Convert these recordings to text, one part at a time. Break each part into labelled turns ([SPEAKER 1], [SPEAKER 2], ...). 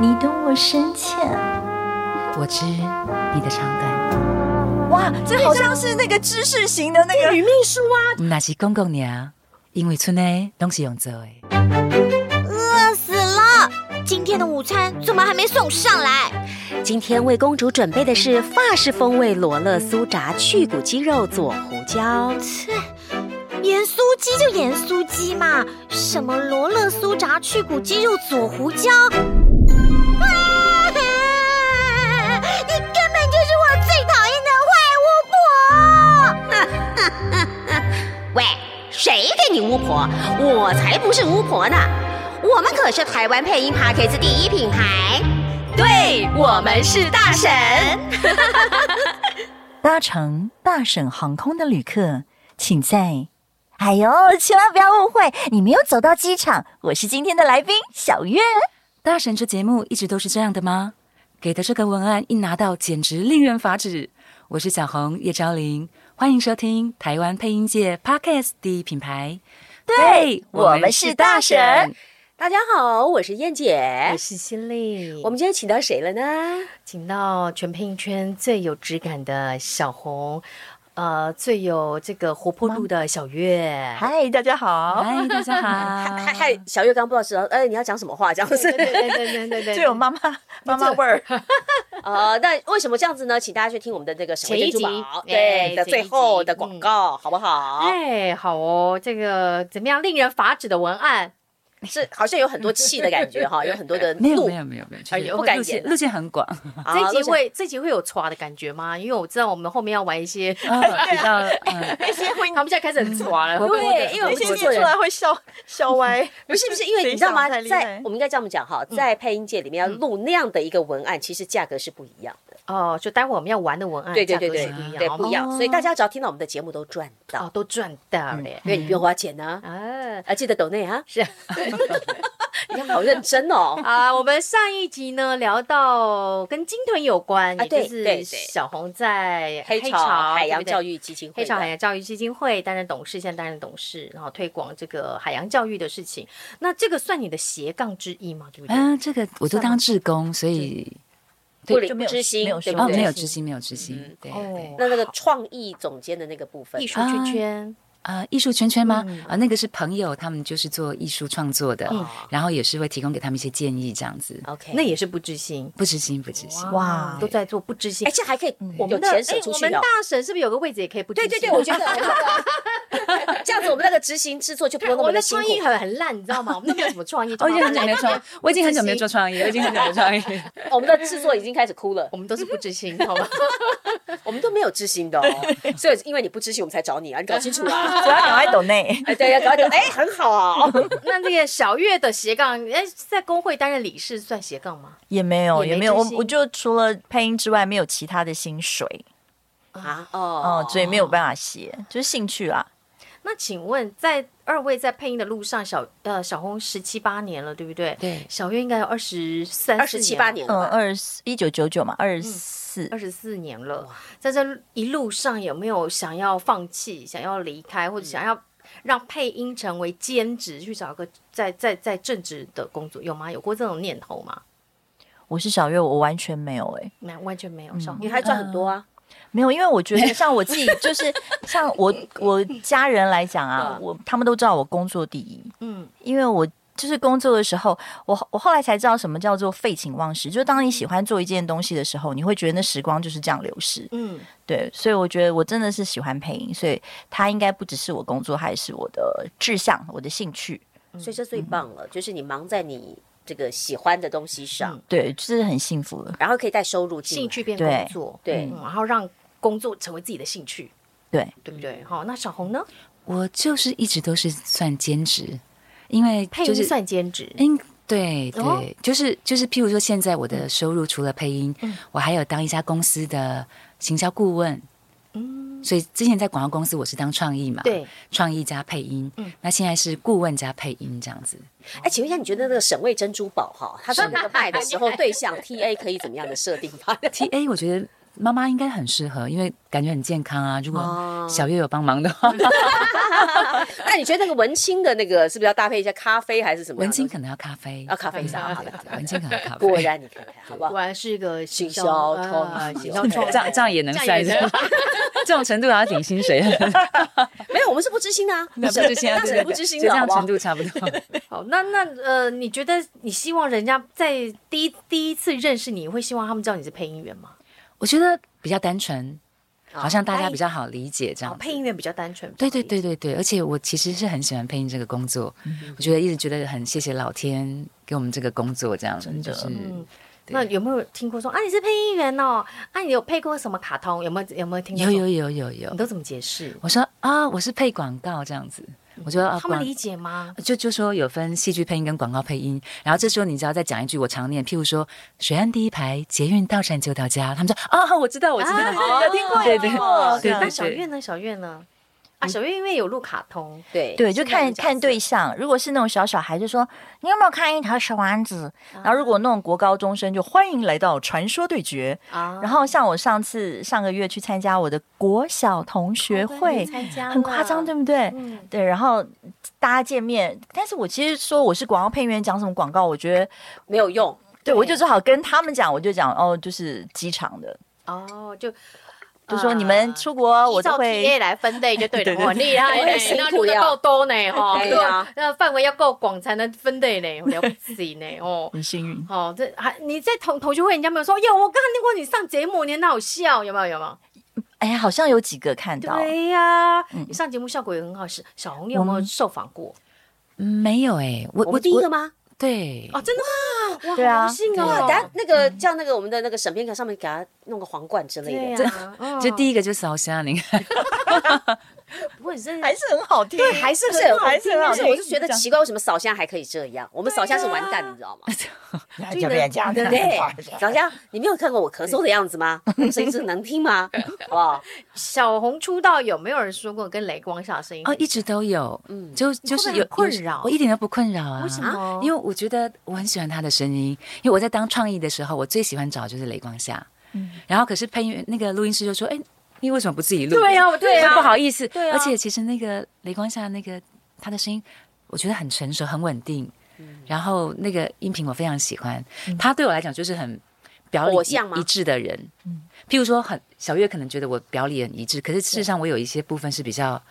[SPEAKER 1] 你懂我深浅。
[SPEAKER 2] 我知你的长短，
[SPEAKER 3] 哇，这好像是那个知识型的那个
[SPEAKER 4] 女秘书啊，
[SPEAKER 2] 那是公公娘，因为村内拢是用做的。
[SPEAKER 5] 饿死了！今天的午餐怎么还没送上来？
[SPEAKER 4] 今天为公主准备的是法式风味罗勒酥炸去骨鸡肉佐胡椒，
[SPEAKER 5] 盐酥鸡就盐酥鸡嘛，什么罗勒酥炸去骨鸡肉佐胡椒，啊！你根本就是我最讨厌的坏巫婆！
[SPEAKER 4] 喂，谁给你巫婆？我才不是巫婆呢！我们可是台湾配音 p a c k a g e 第一品牌，对我们是大神。
[SPEAKER 1] 搭乘大省航空的旅客，请在……哎呦，千万不要误会，你没有走到机场，我是今天的来宾小月。
[SPEAKER 2] 大神这节目一直都是这样的吗？给的这个文案一拿到，简直令人发指。我是小红叶昭玲，欢迎收听台湾配音界 Podcast 第一品牌。对
[SPEAKER 1] 我们是大神
[SPEAKER 6] 大家好，我是燕姐
[SPEAKER 7] 我。是心丽，
[SPEAKER 6] 我们今天请到谁了呢？
[SPEAKER 7] 请到全配音圈最有质感的小红，呃，最有这个活泼度的小月。
[SPEAKER 6] 啊
[SPEAKER 1] 嗨，哎大家好，
[SPEAKER 2] 嗨，大家好。
[SPEAKER 6] 嗨嗨，小月刚不知道是呃，你要讲什么话这样子？
[SPEAKER 7] 对对对 对
[SPEAKER 1] 就有妈妈妈妈味儿。
[SPEAKER 6] 呃，那为什么这样子呢？请大家去听我们的那个神
[SPEAKER 7] 前
[SPEAKER 6] 威
[SPEAKER 7] 一
[SPEAKER 6] 珍
[SPEAKER 7] 集
[SPEAKER 6] 珠宝
[SPEAKER 7] 哎
[SPEAKER 6] 对的
[SPEAKER 7] 前
[SPEAKER 6] 最
[SPEAKER 7] 一集
[SPEAKER 6] 后的广
[SPEAKER 7] 嗯
[SPEAKER 6] 告，好不好？
[SPEAKER 7] 哎，好哦，这个怎么样？令人发指的文案，
[SPEAKER 6] 是好像有很多气的感觉哈，有很多的
[SPEAKER 2] 没有
[SPEAKER 6] 怒啊
[SPEAKER 2] 没。有没有没有，
[SPEAKER 6] 哎
[SPEAKER 2] 就是
[SPEAKER 6] 呦
[SPEAKER 2] 我
[SPEAKER 6] 不敢
[SPEAKER 2] 路线
[SPEAKER 6] 演
[SPEAKER 2] 路线很广，
[SPEAKER 6] 好
[SPEAKER 7] 这
[SPEAKER 6] 陆
[SPEAKER 7] 集
[SPEAKER 6] 小
[SPEAKER 7] 会这集会有啊歘的感觉吗？因为我知道我们后面要玩 一些，
[SPEAKER 2] 啊，比较
[SPEAKER 7] 呃
[SPEAKER 2] 嗯，
[SPEAKER 7] 他们现在开始很歘了，会不会
[SPEAKER 6] 对， 因为我们
[SPEAKER 1] 那些
[SPEAKER 6] 制
[SPEAKER 1] 念
[SPEAKER 6] 作
[SPEAKER 1] 出
[SPEAKER 6] 人
[SPEAKER 1] 来会笑 笑歪。
[SPEAKER 6] 不是不是，因为你知道吗？
[SPEAKER 1] 谁想太厉
[SPEAKER 6] 在
[SPEAKER 1] 害
[SPEAKER 6] 我们应该这么讲哈，
[SPEAKER 7] 嗯
[SPEAKER 6] 在配音界里面要录那样的一个文案，其实价格是不一样的。
[SPEAKER 7] 哦，就待会我们要玩的文案，
[SPEAKER 6] 对对
[SPEAKER 7] 嗯价格
[SPEAKER 6] 对对
[SPEAKER 7] 是不一样
[SPEAKER 6] 对，不一样。所以大家只要听到我们的节目都赚
[SPEAKER 7] 哦，
[SPEAKER 6] 到，
[SPEAKER 7] 都赚到了。
[SPEAKER 6] 因为你不用花钱呢。
[SPEAKER 7] 啊，
[SPEAKER 6] 啊，记得抖内啊！
[SPEAKER 7] 是
[SPEAKER 6] 你看好认真 哦。
[SPEAKER 7] 啊，我们上一集呢聊到跟鲸豚有关，
[SPEAKER 6] 啊
[SPEAKER 7] 也就
[SPEAKER 6] 对对对
[SPEAKER 7] 是小红在
[SPEAKER 6] 黑
[SPEAKER 7] 黑
[SPEAKER 6] 潮海洋教
[SPEAKER 7] 育。
[SPEAKER 6] 育基金会
[SPEAKER 7] 黑
[SPEAKER 6] 的，
[SPEAKER 7] 潮海洋教育基金会担任董事，现在担任董事，然后推广这个海洋教育的事情。那这个算你的斜杠之一嘛？对不对？
[SPEAKER 2] 嗯，这个我都当志工，所以
[SPEAKER 6] 不
[SPEAKER 1] 就
[SPEAKER 6] 领
[SPEAKER 1] 没
[SPEAKER 6] 不
[SPEAKER 1] 有
[SPEAKER 6] 知心，
[SPEAKER 1] 没有
[SPEAKER 6] 对
[SPEAKER 1] 收
[SPEAKER 2] 哦
[SPEAKER 6] 不
[SPEAKER 1] 入
[SPEAKER 6] 对？
[SPEAKER 2] 没有执行没有执行，
[SPEAKER 7] 哦
[SPEAKER 2] 对对
[SPEAKER 6] 那那个创意总监的那个部分
[SPEAKER 7] 艺，术圈圈，
[SPEAKER 2] 啊，艺术圈圈吗？啊，那个是朋友，他们就是做艺术创作的，然后也是会提供给他们一些建议这样子，
[SPEAKER 6] ，OK，
[SPEAKER 7] 那也是不知心。
[SPEAKER 2] 不执行不执行。
[SPEAKER 1] 哇
[SPEAKER 7] 都在做不知心
[SPEAKER 6] 而。且哎还可以
[SPEAKER 7] 我
[SPEAKER 6] 有
[SPEAKER 7] 们的
[SPEAKER 6] 钱
[SPEAKER 7] 哎
[SPEAKER 6] 省，出
[SPEAKER 7] 我
[SPEAKER 6] 去
[SPEAKER 7] 们
[SPEAKER 6] 哦。
[SPEAKER 7] 大婶是不是有个位置也可以不知
[SPEAKER 6] 对
[SPEAKER 7] 心？
[SPEAKER 6] 对对，我 觉得我觉得 这样子，我们那个执行制作就不用那
[SPEAKER 7] 我
[SPEAKER 6] 么
[SPEAKER 7] 们
[SPEAKER 6] 的
[SPEAKER 7] 的
[SPEAKER 6] 辛
[SPEAKER 7] 创
[SPEAKER 6] 苦。
[SPEAKER 7] 意很很烂，你知道吗？我们都没有什 么创意，
[SPEAKER 2] 我已经很久
[SPEAKER 7] 就
[SPEAKER 2] 没有 创，我已经很久没有做创意，我已经很久没有创意。
[SPEAKER 6] 哦我们的制作已经开始哭了，
[SPEAKER 7] 我们都是不知心，好吗？
[SPEAKER 6] 我们都没有知心的哦。 所以因为你不知心，我们才找你啊，你搞清楚啊。
[SPEAKER 1] 我要赶快抖内。
[SPEAKER 6] 哎，对呀，搞懂，哎，很好 啊。
[SPEAKER 7] 那这个小月的斜杠，哎，在工会担任理事算斜杠吗？
[SPEAKER 1] 也没有，
[SPEAKER 7] 也
[SPEAKER 1] 也
[SPEAKER 7] 没
[SPEAKER 1] 没有，我
[SPEAKER 7] 知心
[SPEAKER 1] 我就除了配音之外，没有其他的薪水
[SPEAKER 6] 啊
[SPEAKER 1] 哦
[SPEAKER 6] 哦，
[SPEAKER 1] 所以没有办法写，就是兴趣啊啦。
[SPEAKER 7] 那请问，在二位在配音的路上，小呃小红十七八年了，对不对？
[SPEAKER 2] 对，
[SPEAKER 7] 小月应该有二十三、
[SPEAKER 6] 二十七八年了
[SPEAKER 1] 嗯，
[SPEAKER 6] 吧。
[SPEAKER 1] 二十一九九九嘛，二十四
[SPEAKER 7] 二。十四年了，在这一路上有没有想要放弃、想要离开，
[SPEAKER 6] 嗯
[SPEAKER 7] 或者想要让配音成为兼职，去找一个在在在正职的工作，有吗？有过这种念头吗？
[SPEAKER 1] 我是小月，我完全没有哎、
[SPEAKER 7] 那完全没有。小
[SPEAKER 6] 嗯你
[SPEAKER 7] 红
[SPEAKER 6] 还赚很多啊，
[SPEAKER 1] 没有，因为我觉得像我自己，就是像我我家人来讲啊，我他们都知道我工作第一，
[SPEAKER 7] 嗯，
[SPEAKER 1] 因为我就是工作的时候，我我后来才知道什么叫做废寝忘食，就是当你喜欢做一件东西的时候，你会觉得那时光就是这样流逝。
[SPEAKER 7] 嗯，
[SPEAKER 1] 对，所以我觉得我真的是喜欢配音，所以它应该不只是我工作，还是我的志向、我的兴趣。
[SPEAKER 2] 嗯
[SPEAKER 6] 所以这最棒了，就是你忙在你这个喜欢的东西
[SPEAKER 2] 嗯
[SPEAKER 6] 上，
[SPEAKER 1] 对，就是很幸福了。
[SPEAKER 6] 然后可以带收入进
[SPEAKER 7] 兴
[SPEAKER 6] 来。
[SPEAKER 7] 趣变
[SPEAKER 1] 对
[SPEAKER 7] 工作，
[SPEAKER 6] 对
[SPEAKER 7] 嗯然后让工作成为自己的兴趣，
[SPEAKER 1] 对，
[SPEAKER 7] 对不对？好，那小红呢？
[SPEAKER 2] 我就是一直都是算兼职，因为
[SPEAKER 7] 配
[SPEAKER 2] 就
[SPEAKER 7] 音
[SPEAKER 2] 是
[SPEAKER 7] 算兼职，
[SPEAKER 2] 嗯，对对，
[SPEAKER 7] 哦
[SPEAKER 2] 就是就是，譬如说，现在我
[SPEAKER 6] 嗯
[SPEAKER 2] 的收入除了配音，我还有当一家公司的行销顾问。嗯，所以之前在广告公司我是当创意嘛，
[SPEAKER 7] 对，
[SPEAKER 2] 创意加配音。嗯，那现在是顾问加配音这样子。
[SPEAKER 6] 哎，请问一下，你觉得那个沈卫 珍珠宝哈，他是那个卖的时候，对象 TA 可以怎么样的设定它？
[SPEAKER 2] T A 我觉得妈妈应该很适合，因为感觉很健康啊。如
[SPEAKER 6] 哦
[SPEAKER 2] 果小月有帮忙的 话，
[SPEAKER 6] 那你觉得那个文青的那个是不是要搭配一下咖啡还是什么样
[SPEAKER 2] 文
[SPEAKER 6] 的？
[SPEAKER 2] 青可能要咖啡
[SPEAKER 6] 啊，咖啡
[SPEAKER 2] 好
[SPEAKER 6] 沙好
[SPEAKER 2] 的好
[SPEAKER 6] 的好
[SPEAKER 2] 的好
[SPEAKER 6] 的
[SPEAKER 2] 的，文青可能要咖啡。
[SPEAKER 6] 果然你看看，好不好
[SPEAKER 7] 果？然是一个行
[SPEAKER 6] 行
[SPEAKER 7] 销
[SPEAKER 6] 销
[SPEAKER 7] 啊
[SPEAKER 6] 通
[SPEAKER 7] 行销
[SPEAKER 6] 行
[SPEAKER 7] 创
[SPEAKER 2] 这样这样也能算是，这种程度还要领 薪水，
[SPEAKER 6] 没有，我们是不知心的啊，
[SPEAKER 2] 那不
[SPEAKER 6] 是
[SPEAKER 2] 知心啊，
[SPEAKER 6] 大
[SPEAKER 2] 对
[SPEAKER 6] 婶
[SPEAKER 2] 对
[SPEAKER 6] 不
[SPEAKER 2] 对，
[SPEAKER 6] 知
[SPEAKER 2] 就
[SPEAKER 6] 心
[SPEAKER 2] 这
[SPEAKER 6] 的，好
[SPEAKER 2] 样
[SPEAKER 6] 不好
[SPEAKER 2] 程？度差不多。
[SPEAKER 7] 好，那那呃，你觉得你希望人家在第一第一次认识你，会希望他们知道你是配音员吗？
[SPEAKER 2] 我觉得比较单纯，
[SPEAKER 6] 哦
[SPEAKER 2] 好像大家
[SPEAKER 7] 单一
[SPEAKER 2] 比较好理解这
[SPEAKER 7] 哦
[SPEAKER 2] 样，子。
[SPEAKER 7] 配音员比较单纯。
[SPEAKER 2] 对对，对对对，而且我其实是很喜欢配音这个工作，我觉得一直觉得很谢谢老天给我们这个工作，这样真的，就是
[SPEAKER 7] 嗯，那有没有听过说啊你是配音员哦？啊你有配过什么卡通？有没有有没有听过？
[SPEAKER 2] 有有，有有
[SPEAKER 7] 你
[SPEAKER 2] 有。
[SPEAKER 7] 都怎么解释？
[SPEAKER 2] 我说啊，我是配广告这样子，我觉得啊，
[SPEAKER 7] 他们
[SPEAKER 2] 广
[SPEAKER 7] 理解吗？
[SPEAKER 2] 就就说有分戏剧配音跟广告配音，然后这时候你只要再讲一句我常念，譬如说水岸第一排，捷运到站就到家，他们说啊，我知道，我知道，有听过，对对
[SPEAKER 7] 哦
[SPEAKER 2] 对
[SPEAKER 7] 那
[SPEAKER 2] 对
[SPEAKER 7] 小月
[SPEAKER 2] 对，
[SPEAKER 7] 呢？小月呢？啊，小月因为有录卡通，
[SPEAKER 6] 对，
[SPEAKER 1] 对，就看
[SPEAKER 7] 的角
[SPEAKER 1] 看
[SPEAKER 7] 色
[SPEAKER 1] 对象。如果是那种小小孩，就说你有没有看一条小丸子？然后如果那种国高中生，就欢迎来到传说对决。
[SPEAKER 7] 啊
[SPEAKER 1] 然后像我上次上个月去参加我的国小同
[SPEAKER 7] 哦
[SPEAKER 1] 学会，
[SPEAKER 7] 参加
[SPEAKER 1] 很夸张，对不对？
[SPEAKER 7] 嗯
[SPEAKER 1] 对，然后大家见面，但是我其实说我是广告配音员，讲什么广告，我觉得
[SPEAKER 6] 没有用，
[SPEAKER 1] 对我就只好跟他们讲，我就讲哦，就是机场的，
[SPEAKER 7] 哦，就 啊
[SPEAKER 1] 就说你们出国，我
[SPEAKER 7] 依
[SPEAKER 1] 都
[SPEAKER 7] 照 TA
[SPEAKER 1] 会。
[SPEAKER 7] 来分类就对
[SPEAKER 1] 对
[SPEAKER 7] 了，哦
[SPEAKER 1] 对
[SPEAKER 7] 哇，很厉害呢，
[SPEAKER 6] 辛苦
[SPEAKER 7] 那录的够多 呢，哈，
[SPEAKER 6] 对啊，
[SPEAKER 7] 那范围要够广才能分类呢，了不起呢，哦。
[SPEAKER 1] 很幸运，
[SPEAKER 7] 哦，这还你在同同学会，人家没有说哟，我刚刚听过你上节目，你很好笑，有没有？有没有？
[SPEAKER 1] 哎呀，好像有几个看到，
[SPEAKER 7] 对呀、
[SPEAKER 1] 嗯
[SPEAKER 7] 你上节目效果也很好。是小红，你有没
[SPEAKER 1] 我
[SPEAKER 7] 有
[SPEAKER 1] 们
[SPEAKER 7] 受访过？
[SPEAKER 2] 嗯没有哎，我
[SPEAKER 6] 我
[SPEAKER 2] 我
[SPEAKER 6] 们第一个
[SPEAKER 2] 我
[SPEAKER 6] 吗？
[SPEAKER 2] 对，
[SPEAKER 7] 哦，真的吗？哇，
[SPEAKER 1] 对啊
[SPEAKER 7] 好荣幸
[SPEAKER 6] 哇，
[SPEAKER 7] 哦
[SPEAKER 6] 等。下那个叫那个我们的那个审片卡上面给他弄个皇冠之类
[SPEAKER 7] 对
[SPEAKER 6] 的，
[SPEAKER 7] 呀、 啊，
[SPEAKER 2] 就
[SPEAKER 7] 一，
[SPEAKER 2] 第一个就是烧虾，你
[SPEAKER 7] 嗯
[SPEAKER 2] 看，
[SPEAKER 7] 不过你真的
[SPEAKER 1] 还是很好听， 对，
[SPEAKER 6] 还是
[SPEAKER 1] 不是
[SPEAKER 6] 很好
[SPEAKER 1] 还是
[SPEAKER 6] 听
[SPEAKER 1] 很好
[SPEAKER 6] 但是我
[SPEAKER 1] 听
[SPEAKER 6] 是觉得
[SPEAKER 1] 这样
[SPEAKER 6] 奇怪，为什么扫虾还可以这样？我们扫虾是完蛋，你知道吗？
[SPEAKER 1] 就别讲
[SPEAKER 7] 对
[SPEAKER 1] 了，
[SPEAKER 6] 对， 扫虾，你没有看过我咳嗽的样子 吗？我声音是能听吗？好不好？
[SPEAKER 7] 小红出道，有没有人说过跟雷光下声音
[SPEAKER 1] 啊
[SPEAKER 2] 哦，一直都有，
[SPEAKER 6] 嗯
[SPEAKER 2] 就
[SPEAKER 7] 你
[SPEAKER 2] 就
[SPEAKER 7] 会不
[SPEAKER 2] 是
[SPEAKER 7] 会
[SPEAKER 2] 有
[SPEAKER 7] 很困
[SPEAKER 2] 有
[SPEAKER 7] 扰
[SPEAKER 2] 我一点都不困扰啊，
[SPEAKER 7] 为什么？
[SPEAKER 2] 因为我觉得我很喜欢他的声音，因为我在当创意的时候，我最喜欢找就是雷光夏。
[SPEAKER 7] 嗯
[SPEAKER 2] 然后可是配音员那个录音师就说：“哎，你为什么不自己录？”
[SPEAKER 7] 对啊呀、我对
[SPEAKER 2] 会
[SPEAKER 7] 呀、
[SPEAKER 2] 不好意思。
[SPEAKER 7] 对啊
[SPEAKER 2] 而且其实那个雷光夏那个他的声音，我觉得很成熟、很稳定。
[SPEAKER 1] 嗯
[SPEAKER 2] 然后那个音频我非常喜欢，他对我来讲就是很表里
[SPEAKER 6] 偶像吗
[SPEAKER 2] 一一致的人。
[SPEAKER 1] 嗯
[SPEAKER 2] 譬如说很小月可能觉得我表里很一致，可是事实上我有一些部分是比较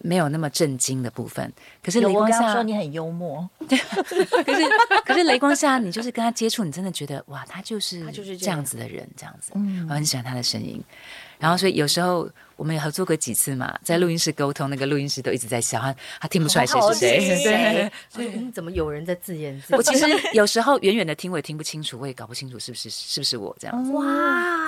[SPEAKER 2] 没有那么震惊的部分。可是
[SPEAKER 1] 有
[SPEAKER 2] 雷
[SPEAKER 1] 我
[SPEAKER 2] 光
[SPEAKER 1] 刚刚
[SPEAKER 2] 夏
[SPEAKER 1] 说你很幽默，
[SPEAKER 2] 可是可是雷光下，你就是跟他接触，你真的觉得哇，他就是
[SPEAKER 7] 他就是这
[SPEAKER 2] 这
[SPEAKER 7] 样
[SPEAKER 2] 样子的人，这样子，
[SPEAKER 1] 嗯
[SPEAKER 2] 我很喜欢他的声音。然后所以有时候我们也合作过几次嘛，在录音室沟通，那个录音师都一直在笑，他他听不出来谁
[SPEAKER 7] 哦
[SPEAKER 2] 是谁。 对，
[SPEAKER 7] 我说嗯，怎么有人在自言自
[SPEAKER 2] 我
[SPEAKER 7] 语？
[SPEAKER 2] 其实有时候远远的听我也听不清楚，我也搞不清楚是不是是不是我这样子。
[SPEAKER 7] 哇，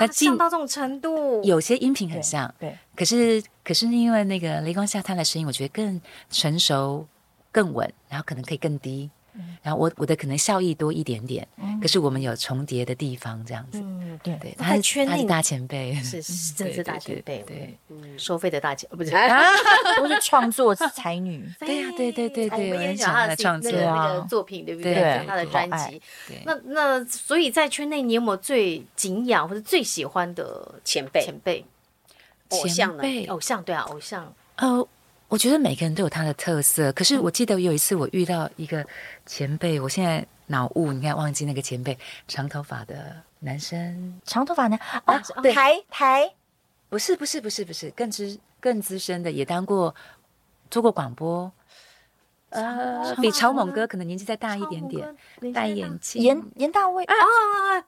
[SPEAKER 2] 那进
[SPEAKER 7] 像到这种程度，
[SPEAKER 2] 有些音频很像，
[SPEAKER 1] 对，
[SPEAKER 2] 可是可是因为那个雷光下他的声音，我觉得更成熟、更稳，然后可能可以更低。
[SPEAKER 7] 嗯
[SPEAKER 2] 然后我我的可能效益多一点点，可是我们有重叠的地方，这样子。
[SPEAKER 7] 嗯，
[SPEAKER 1] 对
[SPEAKER 2] 对，
[SPEAKER 7] 那
[SPEAKER 2] 他
[SPEAKER 7] 在圈
[SPEAKER 2] 是他是
[SPEAKER 7] 内
[SPEAKER 2] 大前辈，
[SPEAKER 7] 是是真
[SPEAKER 2] 对
[SPEAKER 7] 是大
[SPEAKER 2] 对
[SPEAKER 7] 前
[SPEAKER 2] 对
[SPEAKER 7] 辈，
[SPEAKER 2] 对，
[SPEAKER 7] 嗯，收费的大前，呃不是，
[SPEAKER 1] 都是创作才女，
[SPEAKER 2] 对呀对对对
[SPEAKER 7] 哎
[SPEAKER 2] 对
[SPEAKER 7] 我
[SPEAKER 2] 我
[SPEAKER 7] 也
[SPEAKER 2] 很
[SPEAKER 7] 喜
[SPEAKER 2] 喜欢
[SPEAKER 7] 欢他
[SPEAKER 2] 他
[SPEAKER 7] 的
[SPEAKER 2] 的创
[SPEAKER 7] 创作
[SPEAKER 2] 作
[SPEAKER 7] 那个
[SPEAKER 1] 啊
[SPEAKER 7] 作品，对不
[SPEAKER 2] 对
[SPEAKER 7] 对？他的
[SPEAKER 1] 好
[SPEAKER 7] 专
[SPEAKER 1] 爱
[SPEAKER 7] 辑。
[SPEAKER 2] 对
[SPEAKER 7] 那那，所以在圈内，你有没有最敬仰或者最喜欢的
[SPEAKER 6] 前辈
[SPEAKER 7] 前辈、
[SPEAKER 6] 偶像
[SPEAKER 2] 前
[SPEAKER 6] 呢？
[SPEAKER 2] 辈
[SPEAKER 7] 偶像？对啊，偶像。
[SPEAKER 2] 呃，我觉得每个人都有他的特色。可是我记得有一次我遇到一个前辈，我现在脑雾，你看忘记那个前辈，长头发的男生，
[SPEAKER 1] 长头发呢？哦嗯
[SPEAKER 7] 是哦，
[SPEAKER 1] 台台
[SPEAKER 2] 不是不是不是不是，更资更资深的也当过做过广播，呃，比超猛哥可能年纪再大一点点，戴眼镜，
[SPEAKER 1] 严严大卫啊，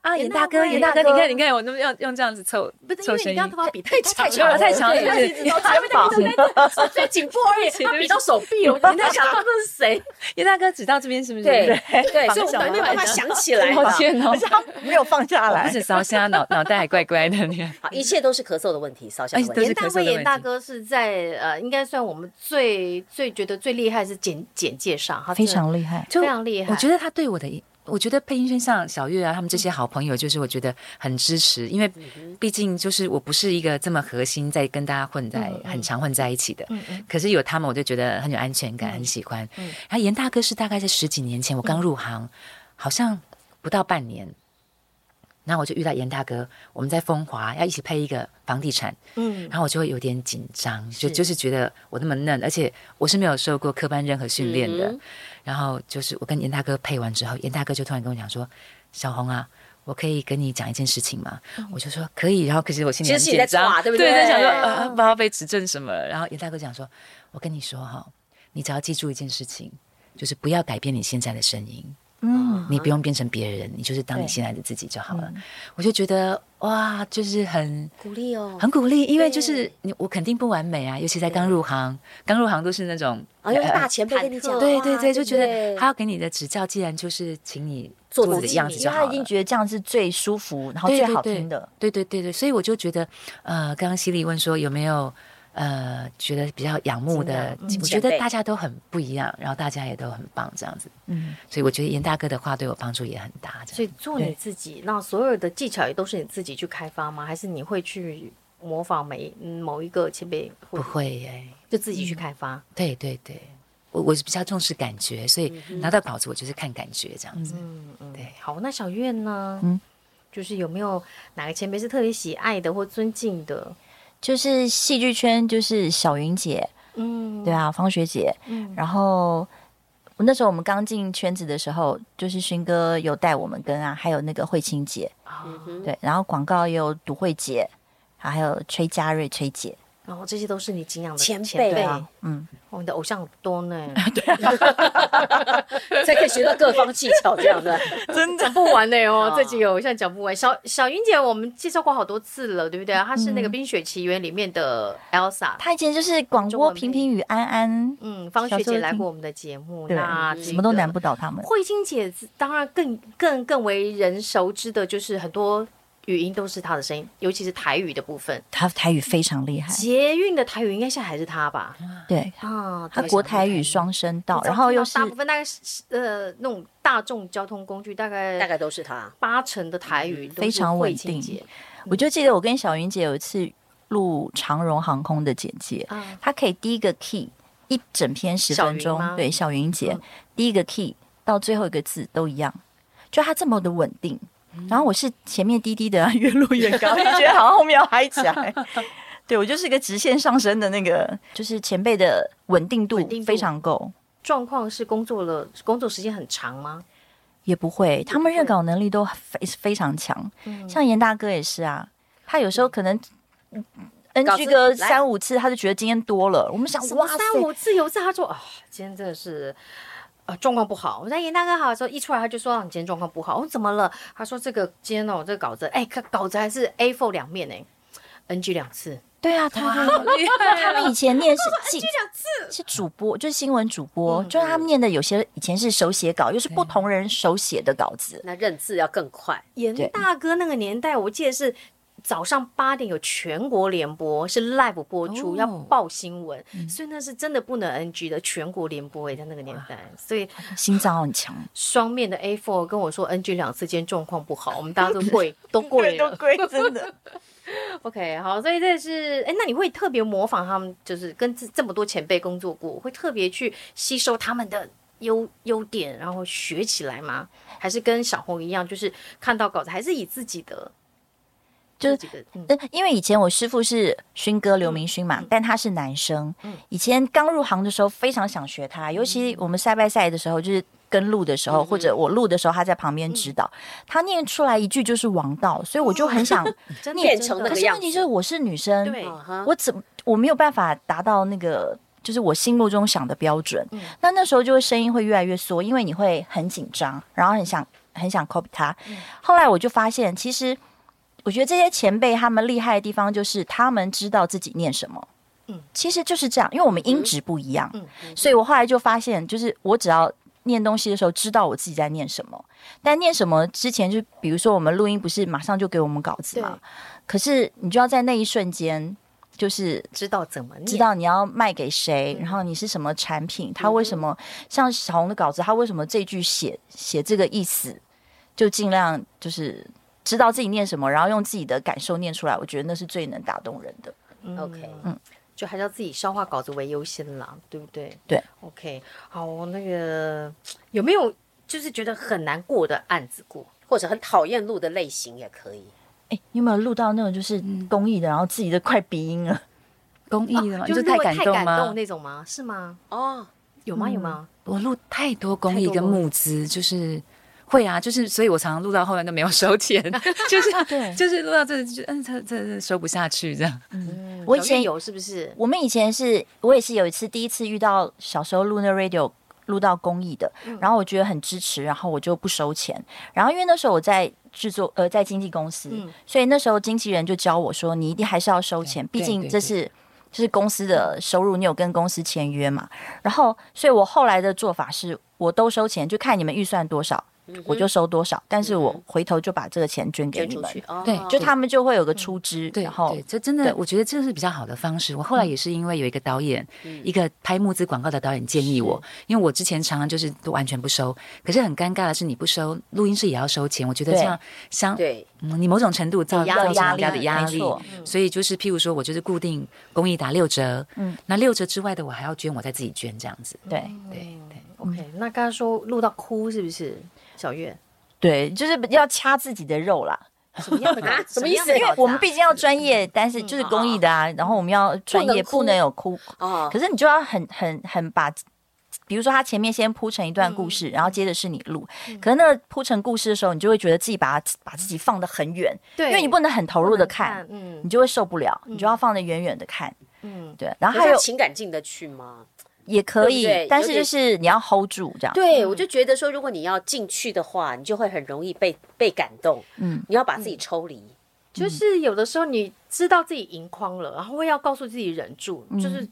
[SPEAKER 2] 啊，严大哥，严
[SPEAKER 1] 严
[SPEAKER 2] 大
[SPEAKER 1] 大
[SPEAKER 2] 哥，
[SPEAKER 1] 哥
[SPEAKER 2] 你看你看我那么用用这样子凑
[SPEAKER 7] 不是因
[SPEAKER 2] 凑
[SPEAKER 7] 为
[SPEAKER 2] 声
[SPEAKER 7] 你
[SPEAKER 2] 音
[SPEAKER 7] 刚。头发比
[SPEAKER 2] 太
[SPEAKER 7] 太长
[SPEAKER 2] 长了，太长了，对对对
[SPEAKER 7] 最紧迫而已，他比到手臂了，我在想到这是谁？
[SPEAKER 2] 严大哥指到这边是不是？
[SPEAKER 6] 对对，所以我
[SPEAKER 2] 小
[SPEAKER 6] 们没有办法想起 来
[SPEAKER 2] 抱
[SPEAKER 6] 嘛。
[SPEAKER 2] 歉哦
[SPEAKER 1] 而，且他没有放下
[SPEAKER 2] 不
[SPEAKER 1] 来，
[SPEAKER 2] 止烧虾，脑脑袋还怪怪的。你看，
[SPEAKER 6] 好，一切都是咳嗽的问题，扫虾的
[SPEAKER 2] 哎
[SPEAKER 6] 问题
[SPEAKER 2] 都是
[SPEAKER 7] 严。大
[SPEAKER 2] 咳嗽
[SPEAKER 7] 卫、
[SPEAKER 2] 的
[SPEAKER 7] 严
[SPEAKER 2] 问
[SPEAKER 7] 大
[SPEAKER 2] 题
[SPEAKER 7] 哥是在呃，应该算我们最最觉得最厉害是简简介上，他真
[SPEAKER 1] 非
[SPEAKER 7] 的
[SPEAKER 1] 常厉害。
[SPEAKER 2] 就
[SPEAKER 7] 非常厉害嗯
[SPEAKER 2] 我觉得他对我的，我觉得配音圈像小月啊，他们这些好朋友，就是我觉得很支持，因为毕竟就是我不是一个这么核心在跟大家混
[SPEAKER 7] 嗯
[SPEAKER 2] 在很常混在一起的。可是有他们，我就觉得很有安全
[SPEAKER 7] 嗯
[SPEAKER 2] 感，很喜欢。然后严大哥是大概在十几年前，我刚入行，好像不到半年。然后我就遇到严大哥，我们在风华要一起配一个房地产，
[SPEAKER 7] 嗯，
[SPEAKER 2] 然后我就会有点紧张，就就是觉得我那么嫩，而且我是没有受过科班任何训练的。
[SPEAKER 6] 嗯
[SPEAKER 2] 然后就是我跟严大哥配完之后，严大哥就突然跟我讲说：“小红啊，我可以跟你讲一件事情吗？”我就说：“可以。”然后可是我心里
[SPEAKER 6] 嗯其
[SPEAKER 2] 很
[SPEAKER 6] 实自己在
[SPEAKER 2] 紧张
[SPEAKER 6] 抓，对不
[SPEAKER 2] 对？
[SPEAKER 6] 对
[SPEAKER 2] 在想说啊，不知道被指正什么。然后严大哥讲说：“我跟你说哈、你只要记住一件事情，就是不要改变你现在的声音。”
[SPEAKER 1] 嗯，
[SPEAKER 2] 你不用变成别人，你就是当你现在的自己就好了。我就觉得哇，就是很
[SPEAKER 6] 嗯鼓励哦，
[SPEAKER 2] 很鼓励，因为就是你我肯定不完美啊，尤其在刚入行，刚入行都是那种
[SPEAKER 6] 啊，因为
[SPEAKER 2] 呃
[SPEAKER 6] 大前辈跟你讲，
[SPEAKER 2] 对对对，就觉
[SPEAKER 6] 对
[SPEAKER 2] 得他要给你的指教，既然就是请你
[SPEAKER 6] 做
[SPEAKER 2] 做
[SPEAKER 6] 自
[SPEAKER 2] 自己的
[SPEAKER 6] 己
[SPEAKER 2] 样子
[SPEAKER 1] 因
[SPEAKER 2] 就
[SPEAKER 1] 为
[SPEAKER 2] 好
[SPEAKER 1] 他
[SPEAKER 2] 了
[SPEAKER 1] 一。定觉得这样是最舒服，然后
[SPEAKER 2] 对
[SPEAKER 1] 最
[SPEAKER 2] 对
[SPEAKER 1] 好
[SPEAKER 2] 对
[SPEAKER 1] 听的。
[SPEAKER 2] 对对对对，所以我就觉得，呃，刚刚犀利问说有没有呃觉得比较仰慕的，我觉
[SPEAKER 6] 前
[SPEAKER 2] 得
[SPEAKER 6] 辈
[SPEAKER 2] 大家都很不一样，然后大家也都很棒，这样子。
[SPEAKER 1] 嗯，
[SPEAKER 2] 所以我觉得严大哥的话对我帮助也很大。这样
[SPEAKER 7] 所以做你自己，那所有的技巧也都是你自己去开发吗？还是你会去模仿每嗯某一个前辈，
[SPEAKER 2] 不
[SPEAKER 7] 或
[SPEAKER 2] 会嗯耶、
[SPEAKER 7] 就自己去开发？
[SPEAKER 2] 对对对，我我是比较重视感觉，所以拿到稿子我就是看感觉这样子。
[SPEAKER 7] 嗯嗯，
[SPEAKER 2] 对
[SPEAKER 7] 好，那小月呢？
[SPEAKER 1] 嗯
[SPEAKER 7] 就是有没有哪个前辈是特别喜爱的或尊敬的？
[SPEAKER 1] 就是戏剧圈，就是小云姐，
[SPEAKER 7] 嗯，
[SPEAKER 1] 对啊，方学姐。
[SPEAKER 7] 嗯
[SPEAKER 1] 然后那时候我们刚进圈子的时候，就是勋哥有带我们跟啊，还有那个慧清姐，
[SPEAKER 7] 啊
[SPEAKER 6] 嗯哼
[SPEAKER 1] 对，然后广告也有独慧姐，还有崔佳瑞崔姐，
[SPEAKER 7] 然后这些都是你敬仰的
[SPEAKER 6] 前辈
[SPEAKER 7] 前辈
[SPEAKER 6] 对
[SPEAKER 7] 啊
[SPEAKER 6] 啊，
[SPEAKER 1] 嗯，
[SPEAKER 7] 哦，你的偶像很多呢，
[SPEAKER 6] 才可以学到各方技巧这样的。
[SPEAKER 7] 真讲不完的哦
[SPEAKER 6] 啊，
[SPEAKER 7] 这集有偶像讲不完。小小云姐，我们介绍过好多次了，对不对？啊她是那个《
[SPEAKER 1] 嗯
[SPEAKER 7] 冰雪奇缘》里面的 Elsa，
[SPEAKER 1] 她以前就是广
[SPEAKER 7] 中
[SPEAKER 1] 播
[SPEAKER 7] 文
[SPEAKER 1] 平
[SPEAKER 7] 配
[SPEAKER 1] 平与安安，
[SPEAKER 7] 嗯，方
[SPEAKER 1] 小
[SPEAKER 7] 学
[SPEAKER 1] 时候
[SPEAKER 7] 姐来
[SPEAKER 1] 听
[SPEAKER 7] 过我们的节目，
[SPEAKER 1] 对
[SPEAKER 7] 那
[SPEAKER 6] 嗯
[SPEAKER 7] 这
[SPEAKER 1] 什么都
[SPEAKER 7] 个
[SPEAKER 1] 难不倒他们。
[SPEAKER 7] 慧晶姐当然更更更为人熟知的就是很多语音都是她的声音，尤其是台语的部分。
[SPEAKER 1] 她台语非常厉害，
[SPEAKER 7] 捷运的台语应该现在还是她吧？
[SPEAKER 1] 对，
[SPEAKER 7] 啊，
[SPEAKER 1] 她
[SPEAKER 7] 对
[SPEAKER 1] 国台语双声道，然后又是
[SPEAKER 7] 大部分大概是呃那种大众交通工具，大概
[SPEAKER 6] 大概都是他，
[SPEAKER 7] 八成的台语都
[SPEAKER 1] 嗯非
[SPEAKER 7] 是
[SPEAKER 1] 常
[SPEAKER 7] 慧
[SPEAKER 1] 稳
[SPEAKER 7] 晶
[SPEAKER 1] 定
[SPEAKER 7] 姐
[SPEAKER 1] 我就记得我跟小云姐有一次录长荣航空的简介，
[SPEAKER 7] 啊，
[SPEAKER 1] 她可以第一个 key 一整篇十
[SPEAKER 7] 小
[SPEAKER 1] 分
[SPEAKER 7] 云
[SPEAKER 1] 钟
[SPEAKER 7] 吗，
[SPEAKER 1] 对，小云姐、
[SPEAKER 7] 嗯
[SPEAKER 1] 第一个 key 到最后一个字都一样，就她这么的稳定。
[SPEAKER 7] 嗯
[SPEAKER 1] 然后我是前面低低的，啊 越录越高，就觉得好像后面要嗨起来。对我就是个直线上升的那个，就是前辈的稳定度
[SPEAKER 7] 稳定度
[SPEAKER 1] 非常够，
[SPEAKER 7] 状况是工作了工作时间很长吗？
[SPEAKER 1] 也不会，他们认稿能力都非非常强。像严大哥也是啊，他有时候可能。嗯
[SPEAKER 6] 稿
[SPEAKER 1] NG
[SPEAKER 6] 子
[SPEAKER 1] 哥
[SPEAKER 6] 来
[SPEAKER 1] 三五次，他就觉得今天多了。我们想，
[SPEAKER 7] 什么
[SPEAKER 1] 哇塞，
[SPEAKER 7] 三五次有一次他说啊，今天真的是。啊，状况不好。我在严大哥好的时候，一出来他就说：“啊你今天状况不好。”我说：“怎么了？”他说：“这个今天哦，这个稿子，哎、看稿子还是 A4 两面呢、n g 两次。
[SPEAKER 1] 对啊，他他他们以前念是记是主播，就是新闻主播，就是他们念的有些以前是手写稿，又是不同人手写的稿子，
[SPEAKER 6] 那认字要更快。
[SPEAKER 7] 严
[SPEAKER 1] 对
[SPEAKER 7] 大哥那个年代，我记得是早上八点有全国联播，是 live 播出，
[SPEAKER 2] 哦
[SPEAKER 7] 要报新闻，所以那是真的不能 NG 的全国联播诶、欸在那个年代，所以
[SPEAKER 1] 心脏很强。
[SPEAKER 7] 双面的 A4 跟我说 NG 两次，今天状况不好，我们大家都 跪，都跪了，
[SPEAKER 1] 贵，真的。
[SPEAKER 7] OK，好，所以这是，哎，那你会特别模仿他们，就是跟这这么多前辈工作过，会特别去吸收他们的优优点，然后学起来吗？还是跟小红一样，就是看到稿子，还是以自己的，
[SPEAKER 1] 就是
[SPEAKER 7] 自己的，嗯，
[SPEAKER 1] 嗯，因为以前我师傅是勋哥
[SPEAKER 6] 嗯
[SPEAKER 1] 刘明勋嘛，但他是男生。以前刚入行的时候，非常想学他，尤其
[SPEAKER 6] 嗯
[SPEAKER 1] 我们赛拜赛的时候，就是跟录的时候，或者我录的时候，他在旁
[SPEAKER 6] 嗯
[SPEAKER 1] 边指导，他念出来一句就是王道，所以我就很想
[SPEAKER 7] 真的
[SPEAKER 1] 念
[SPEAKER 6] 变成 那
[SPEAKER 7] 真的
[SPEAKER 1] 可
[SPEAKER 6] 个
[SPEAKER 1] 是
[SPEAKER 6] 样
[SPEAKER 1] 问题就是，我是女生，
[SPEAKER 7] 对
[SPEAKER 6] 啊哈
[SPEAKER 1] 我怎么我没有办法达到那个就是我心目中想的标准。
[SPEAKER 7] 嗯
[SPEAKER 1] 那那时候就会声音会越来越缩，因为你会很紧张，然后很想很想 copy 他。
[SPEAKER 7] 嗯
[SPEAKER 1] 后来我就发现，其实我觉得这些前辈他们厉害的地方，就是他们知道自己念什么。
[SPEAKER 7] 嗯
[SPEAKER 1] 其实就是这样，因为我们音质不一样，
[SPEAKER 7] 嗯
[SPEAKER 1] 所以我后来就发现，就是我只要念东西的时候知道我自己在念什么，但念什么之前，就比如说我们录音不是马上就给我们稿子嘛，可是你就要在那一瞬间，就是
[SPEAKER 7] 知道怎么念，
[SPEAKER 1] 知道你要卖给谁，然后你是什么产品，他为什么像小红的稿子，他为什么这句写写这个意思，就尽量就是知道自己念什么，然后用自己的感受念出来，我觉得那是最能打动人的。
[SPEAKER 7] 嗯
[SPEAKER 6] OK，
[SPEAKER 7] 就还是要自己消化稿子为优先啦，对不对？
[SPEAKER 1] 对
[SPEAKER 7] ，OK，好，那个有没有就是觉得很难过的案子过？
[SPEAKER 6] 或者很讨厌录的类型也可以。
[SPEAKER 1] 哎，你有没有录到那种就是公益的，然后自己都快鼻音啊了？
[SPEAKER 2] 公益的嘛，
[SPEAKER 7] 就是是
[SPEAKER 2] 啊太
[SPEAKER 7] 如果
[SPEAKER 2] 感
[SPEAKER 7] 太
[SPEAKER 2] 动
[SPEAKER 7] 感
[SPEAKER 2] 吗
[SPEAKER 7] 动？那种吗？是吗？
[SPEAKER 6] 哦，
[SPEAKER 7] 有吗？有吗？
[SPEAKER 2] 我录太多公
[SPEAKER 7] 太
[SPEAKER 2] 益
[SPEAKER 7] 多
[SPEAKER 2] 跟
[SPEAKER 7] 公益
[SPEAKER 2] 募资，就是会啊，就是所以我常常录到后来都没有收钱， 就是
[SPEAKER 1] 对
[SPEAKER 2] 就是录到这就嗯，这这这收不下去这样。
[SPEAKER 1] 我以
[SPEAKER 7] 小
[SPEAKER 1] 前
[SPEAKER 7] 月嗯有是不是？
[SPEAKER 1] 我们以前是我也是有一次第一次遇到小时候录那 radio 录到公益的，
[SPEAKER 2] 嗯
[SPEAKER 1] 然后我觉得很支持，然后我就不收钱。然后因为那时候我在制作呃在经纪公司，
[SPEAKER 7] 嗯
[SPEAKER 1] 所以那时候经纪人就教我说，你一定还是要收钱，
[SPEAKER 2] 对
[SPEAKER 1] 毕竟
[SPEAKER 2] 对
[SPEAKER 1] 这
[SPEAKER 2] 对
[SPEAKER 1] 是。就是公司的收入，你有跟公司签约嘛？然后，所以我后来的做法是，我都收钱，就看你们预算多少，
[SPEAKER 2] 嗯
[SPEAKER 6] 嗯
[SPEAKER 1] 我就收多少。但是我回头就把这个钱捐给
[SPEAKER 6] 捐
[SPEAKER 1] 你
[SPEAKER 6] 出
[SPEAKER 1] 们
[SPEAKER 6] 去，哦，
[SPEAKER 2] 对
[SPEAKER 1] 就他们就会有个出资，
[SPEAKER 2] 嗯对
[SPEAKER 1] 然，后
[SPEAKER 2] 对，嗯这真的
[SPEAKER 1] 对，
[SPEAKER 2] 我觉得这是比较好的方式。我后来也是因为有一个导演，一个拍募资广告的导演建议我，因为我之前常常就是都完全不收，可是很尴尬的是你不收，录音室也要收钱。我觉得这
[SPEAKER 1] 对
[SPEAKER 2] 样相
[SPEAKER 6] 对，
[SPEAKER 2] 嗯，你某种程度造
[SPEAKER 1] 压
[SPEAKER 2] 造成
[SPEAKER 1] 力压
[SPEAKER 2] 大家的
[SPEAKER 1] 力
[SPEAKER 2] 压
[SPEAKER 1] 没
[SPEAKER 2] 力嗯
[SPEAKER 1] 错，
[SPEAKER 7] 嗯
[SPEAKER 2] 所以就是譬如说我就是固定公益打六折，嗯
[SPEAKER 1] 嗯，
[SPEAKER 2] 那六折之外的我还要捐，我再自己捐这样子。
[SPEAKER 1] 对
[SPEAKER 2] 对对，
[SPEAKER 7] OK，那刚刚说录到哭是不是？小 月，
[SPEAKER 1] 对，就是要掐自己的肉啦。
[SPEAKER 7] 什么样的 感？
[SPEAKER 6] 什么意思
[SPEAKER 7] 样的
[SPEAKER 6] 因为
[SPEAKER 7] 稿子啊
[SPEAKER 1] 我们毕竟要专业，但是就是公益的啊，然后我们要专业，
[SPEAKER 6] 嗯不能哭
[SPEAKER 1] 不能有哭。
[SPEAKER 6] 哦，
[SPEAKER 1] 可是你就要很很很把，比如说他前面先铺成一段故
[SPEAKER 6] 嗯
[SPEAKER 1] 事，然后接着是你录。可是那个铺成故事的时候，你就会觉得自己把它把自己放得很远，
[SPEAKER 7] 对，
[SPEAKER 1] 因为你不能很投入的
[SPEAKER 7] 能
[SPEAKER 1] 看，你
[SPEAKER 7] 嗯
[SPEAKER 1] 就会受不了，你就要放得远远的看。
[SPEAKER 7] 嗯，
[SPEAKER 1] 对，然后
[SPEAKER 6] 可
[SPEAKER 1] 还
[SPEAKER 6] 是
[SPEAKER 1] 有
[SPEAKER 6] 情感进得去吗？
[SPEAKER 1] 也可以，
[SPEAKER 6] 对不对
[SPEAKER 1] 但是
[SPEAKER 6] 有点
[SPEAKER 1] 就是你要 hold 住这样。
[SPEAKER 6] 对，我就觉得说，如果你要进去的话，你就会很容易被被感动。嗯
[SPEAKER 1] 嗯，
[SPEAKER 6] 你要把自己抽离。
[SPEAKER 7] 就是有的时候你知道自己盈眶了，然后要告诉自己忍住，
[SPEAKER 1] 嗯
[SPEAKER 7] 就是。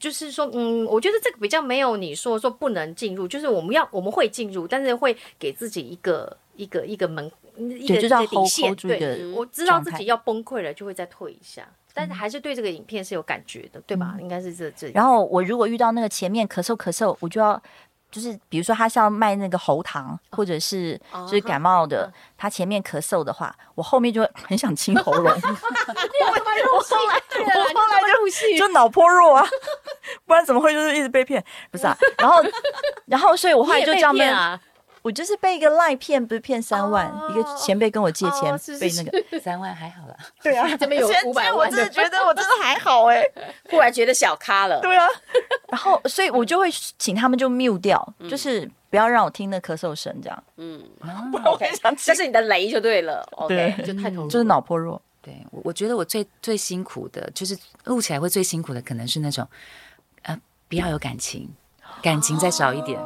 [SPEAKER 7] 就是说，嗯，我觉得这个比较没有你说说不能进入，就是我们要我们会进入，但是会给自己一个一个一个门一个一
[SPEAKER 1] 对，就
[SPEAKER 7] 个
[SPEAKER 1] 是
[SPEAKER 7] 底
[SPEAKER 1] 要 hold
[SPEAKER 7] 线
[SPEAKER 1] hold 住一
[SPEAKER 7] 对，
[SPEAKER 1] 个，
[SPEAKER 7] 我知道自
[SPEAKER 1] 状态
[SPEAKER 7] 己要崩溃了，就会再退一下，但是还是对这个影片是有感觉的，对
[SPEAKER 1] 嗯
[SPEAKER 7] 吧？应该是这这。
[SPEAKER 1] 然后我如果遇到那个前面咳嗽咳嗽，我就要就是比如说他是要卖那个喉
[SPEAKER 7] 哦
[SPEAKER 1] 糖，或者是就是感冒的，
[SPEAKER 7] 嗯
[SPEAKER 1] 他前面咳嗽的话，我后面就会 很想清喉 咙，
[SPEAKER 7] 对啊，后来入戏
[SPEAKER 1] 就脑波弱啊， 不然怎么会就是一直被骗？不是啊，然后然后所以我后来就叫他们，
[SPEAKER 7] 啊，
[SPEAKER 1] 我就是被一个赖骗，不是骗三万，
[SPEAKER 7] 哦
[SPEAKER 1] 一个前辈跟我借钱、
[SPEAKER 7] 哦是是
[SPEAKER 1] 被那个，
[SPEAKER 2] 三万还好啦。
[SPEAKER 1] 对啊，
[SPEAKER 7] 这边 有
[SPEAKER 1] 现在
[SPEAKER 7] 五百
[SPEAKER 1] 我
[SPEAKER 7] 万
[SPEAKER 1] 真的
[SPEAKER 7] 的，
[SPEAKER 1] 觉得我真的还好 哎、
[SPEAKER 6] 忽然觉得小咖了，
[SPEAKER 1] 对啊，然后所以我就会请他们就 mute 掉，
[SPEAKER 7] 嗯
[SPEAKER 1] 就是不要让我听那咳嗽声这样。
[SPEAKER 6] 嗯，
[SPEAKER 1] 不然我很想
[SPEAKER 6] 这是你的雷就对了。OK，
[SPEAKER 1] 对嗯
[SPEAKER 7] 就太投入了，
[SPEAKER 1] 就是脑波弱。
[SPEAKER 2] 对我，我觉得我最最辛苦的，就是录起来会最辛苦的，可能是那种，呃，不要有感情，感情再少一点，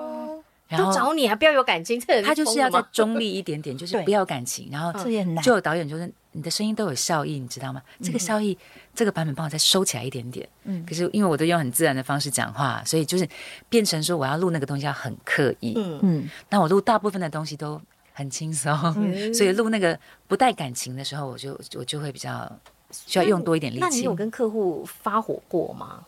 [SPEAKER 2] 然
[SPEAKER 7] 哦都
[SPEAKER 2] 后
[SPEAKER 7] 找你啊还不要有感情，这人
[SPEAKER 2] 他就是
[SPEAKER 7] 疯了嗯
[SPEAKER 2] 要再
[SPEAKER 7] 吗
[SPEAKER 2] 中立一点 点，就是
[SPEAKER 1] 对
[SPEAKER 2] 不要有感情，然后
[SPEAKER 1] 这也很难
[SPEAKER 2] 就有导演就是你的声音都有笑意，你知道吗？
[SPEAKER 7] 嗯
[SPEAKER 2] 这个笑意，这个版本帮我再收起来一点点。嗯，可是因为我都用很自然的方式讲话，所以就是变成说我要录那个东西要很刻意。
[SPEAKER 7] 嗯
[SPEAKER 1] 嗯，
[SPEAKER 2] 那我录大部分的东西都很轻松，
[SPEAKER 7] 嗯
[SPEAKER 2] 所以录那个不带感情的时候，我就我就会比较需要用多一点力
[SPEAKER 7] 那你
[SPEAKER 2] 气
[SPEAKER 7] 有。跟客户发火过吗？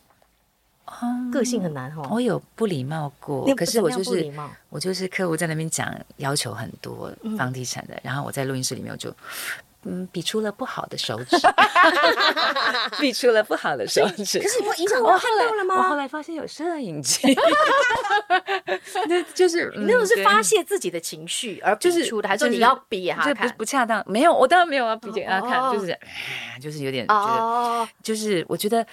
[SPEAKER 7] 个性很难哦。
[SPEAKER 2] 我有不礼貌过
[SPEAKER 7] 你，
[SPEAKER 2] 可是我就
[SPEAKER 7] 怎么样不礼
[SPEAKER 2] 是
[SPEAKER 7] 貌嗯
[SPEAKER 2] 我就是客户在那边讲要求很多房地产的，然后我在录音室里面我就嗯比出了不好的手 指， 比出了不好的手指。
[SPEAKER 6] 可是你不会影响
[SPEAKER 2] 我
[SPEAKER 6] 到
[SPEAKER 2] 后
[SPEAKER 6] 他
[SPEAKER 2] 来
[SPEAKER 6] 了
[SPEAKER 2] 我
[SPEAKER 6] 吗？
[SPEAKER 2] 后来发现有摄影机， 那就是嗯
[SPEAKER 7] 你那种是发
[SPEAKER 2] 现。对
[SPEAKER 7] 泄自己的情绪而
[SPEAKER 2] 就
[SPEAKER 7] 就是出的，还是说
[SPEAKER 2] 就
[SPEAKER 7] 你要比给他
[SPEAKER 2] 就不
[SPEAKER 7] 看？
[SPEAKER 2] 不恰当？没有，我当然没有啊要比给他看，
[SPEAKER 7] 哦
[SPEAKER 2] 就是哎就是有点觉得，
[SPEAKER 7] 哦，
[SPEAKER 2] 就是我觉得。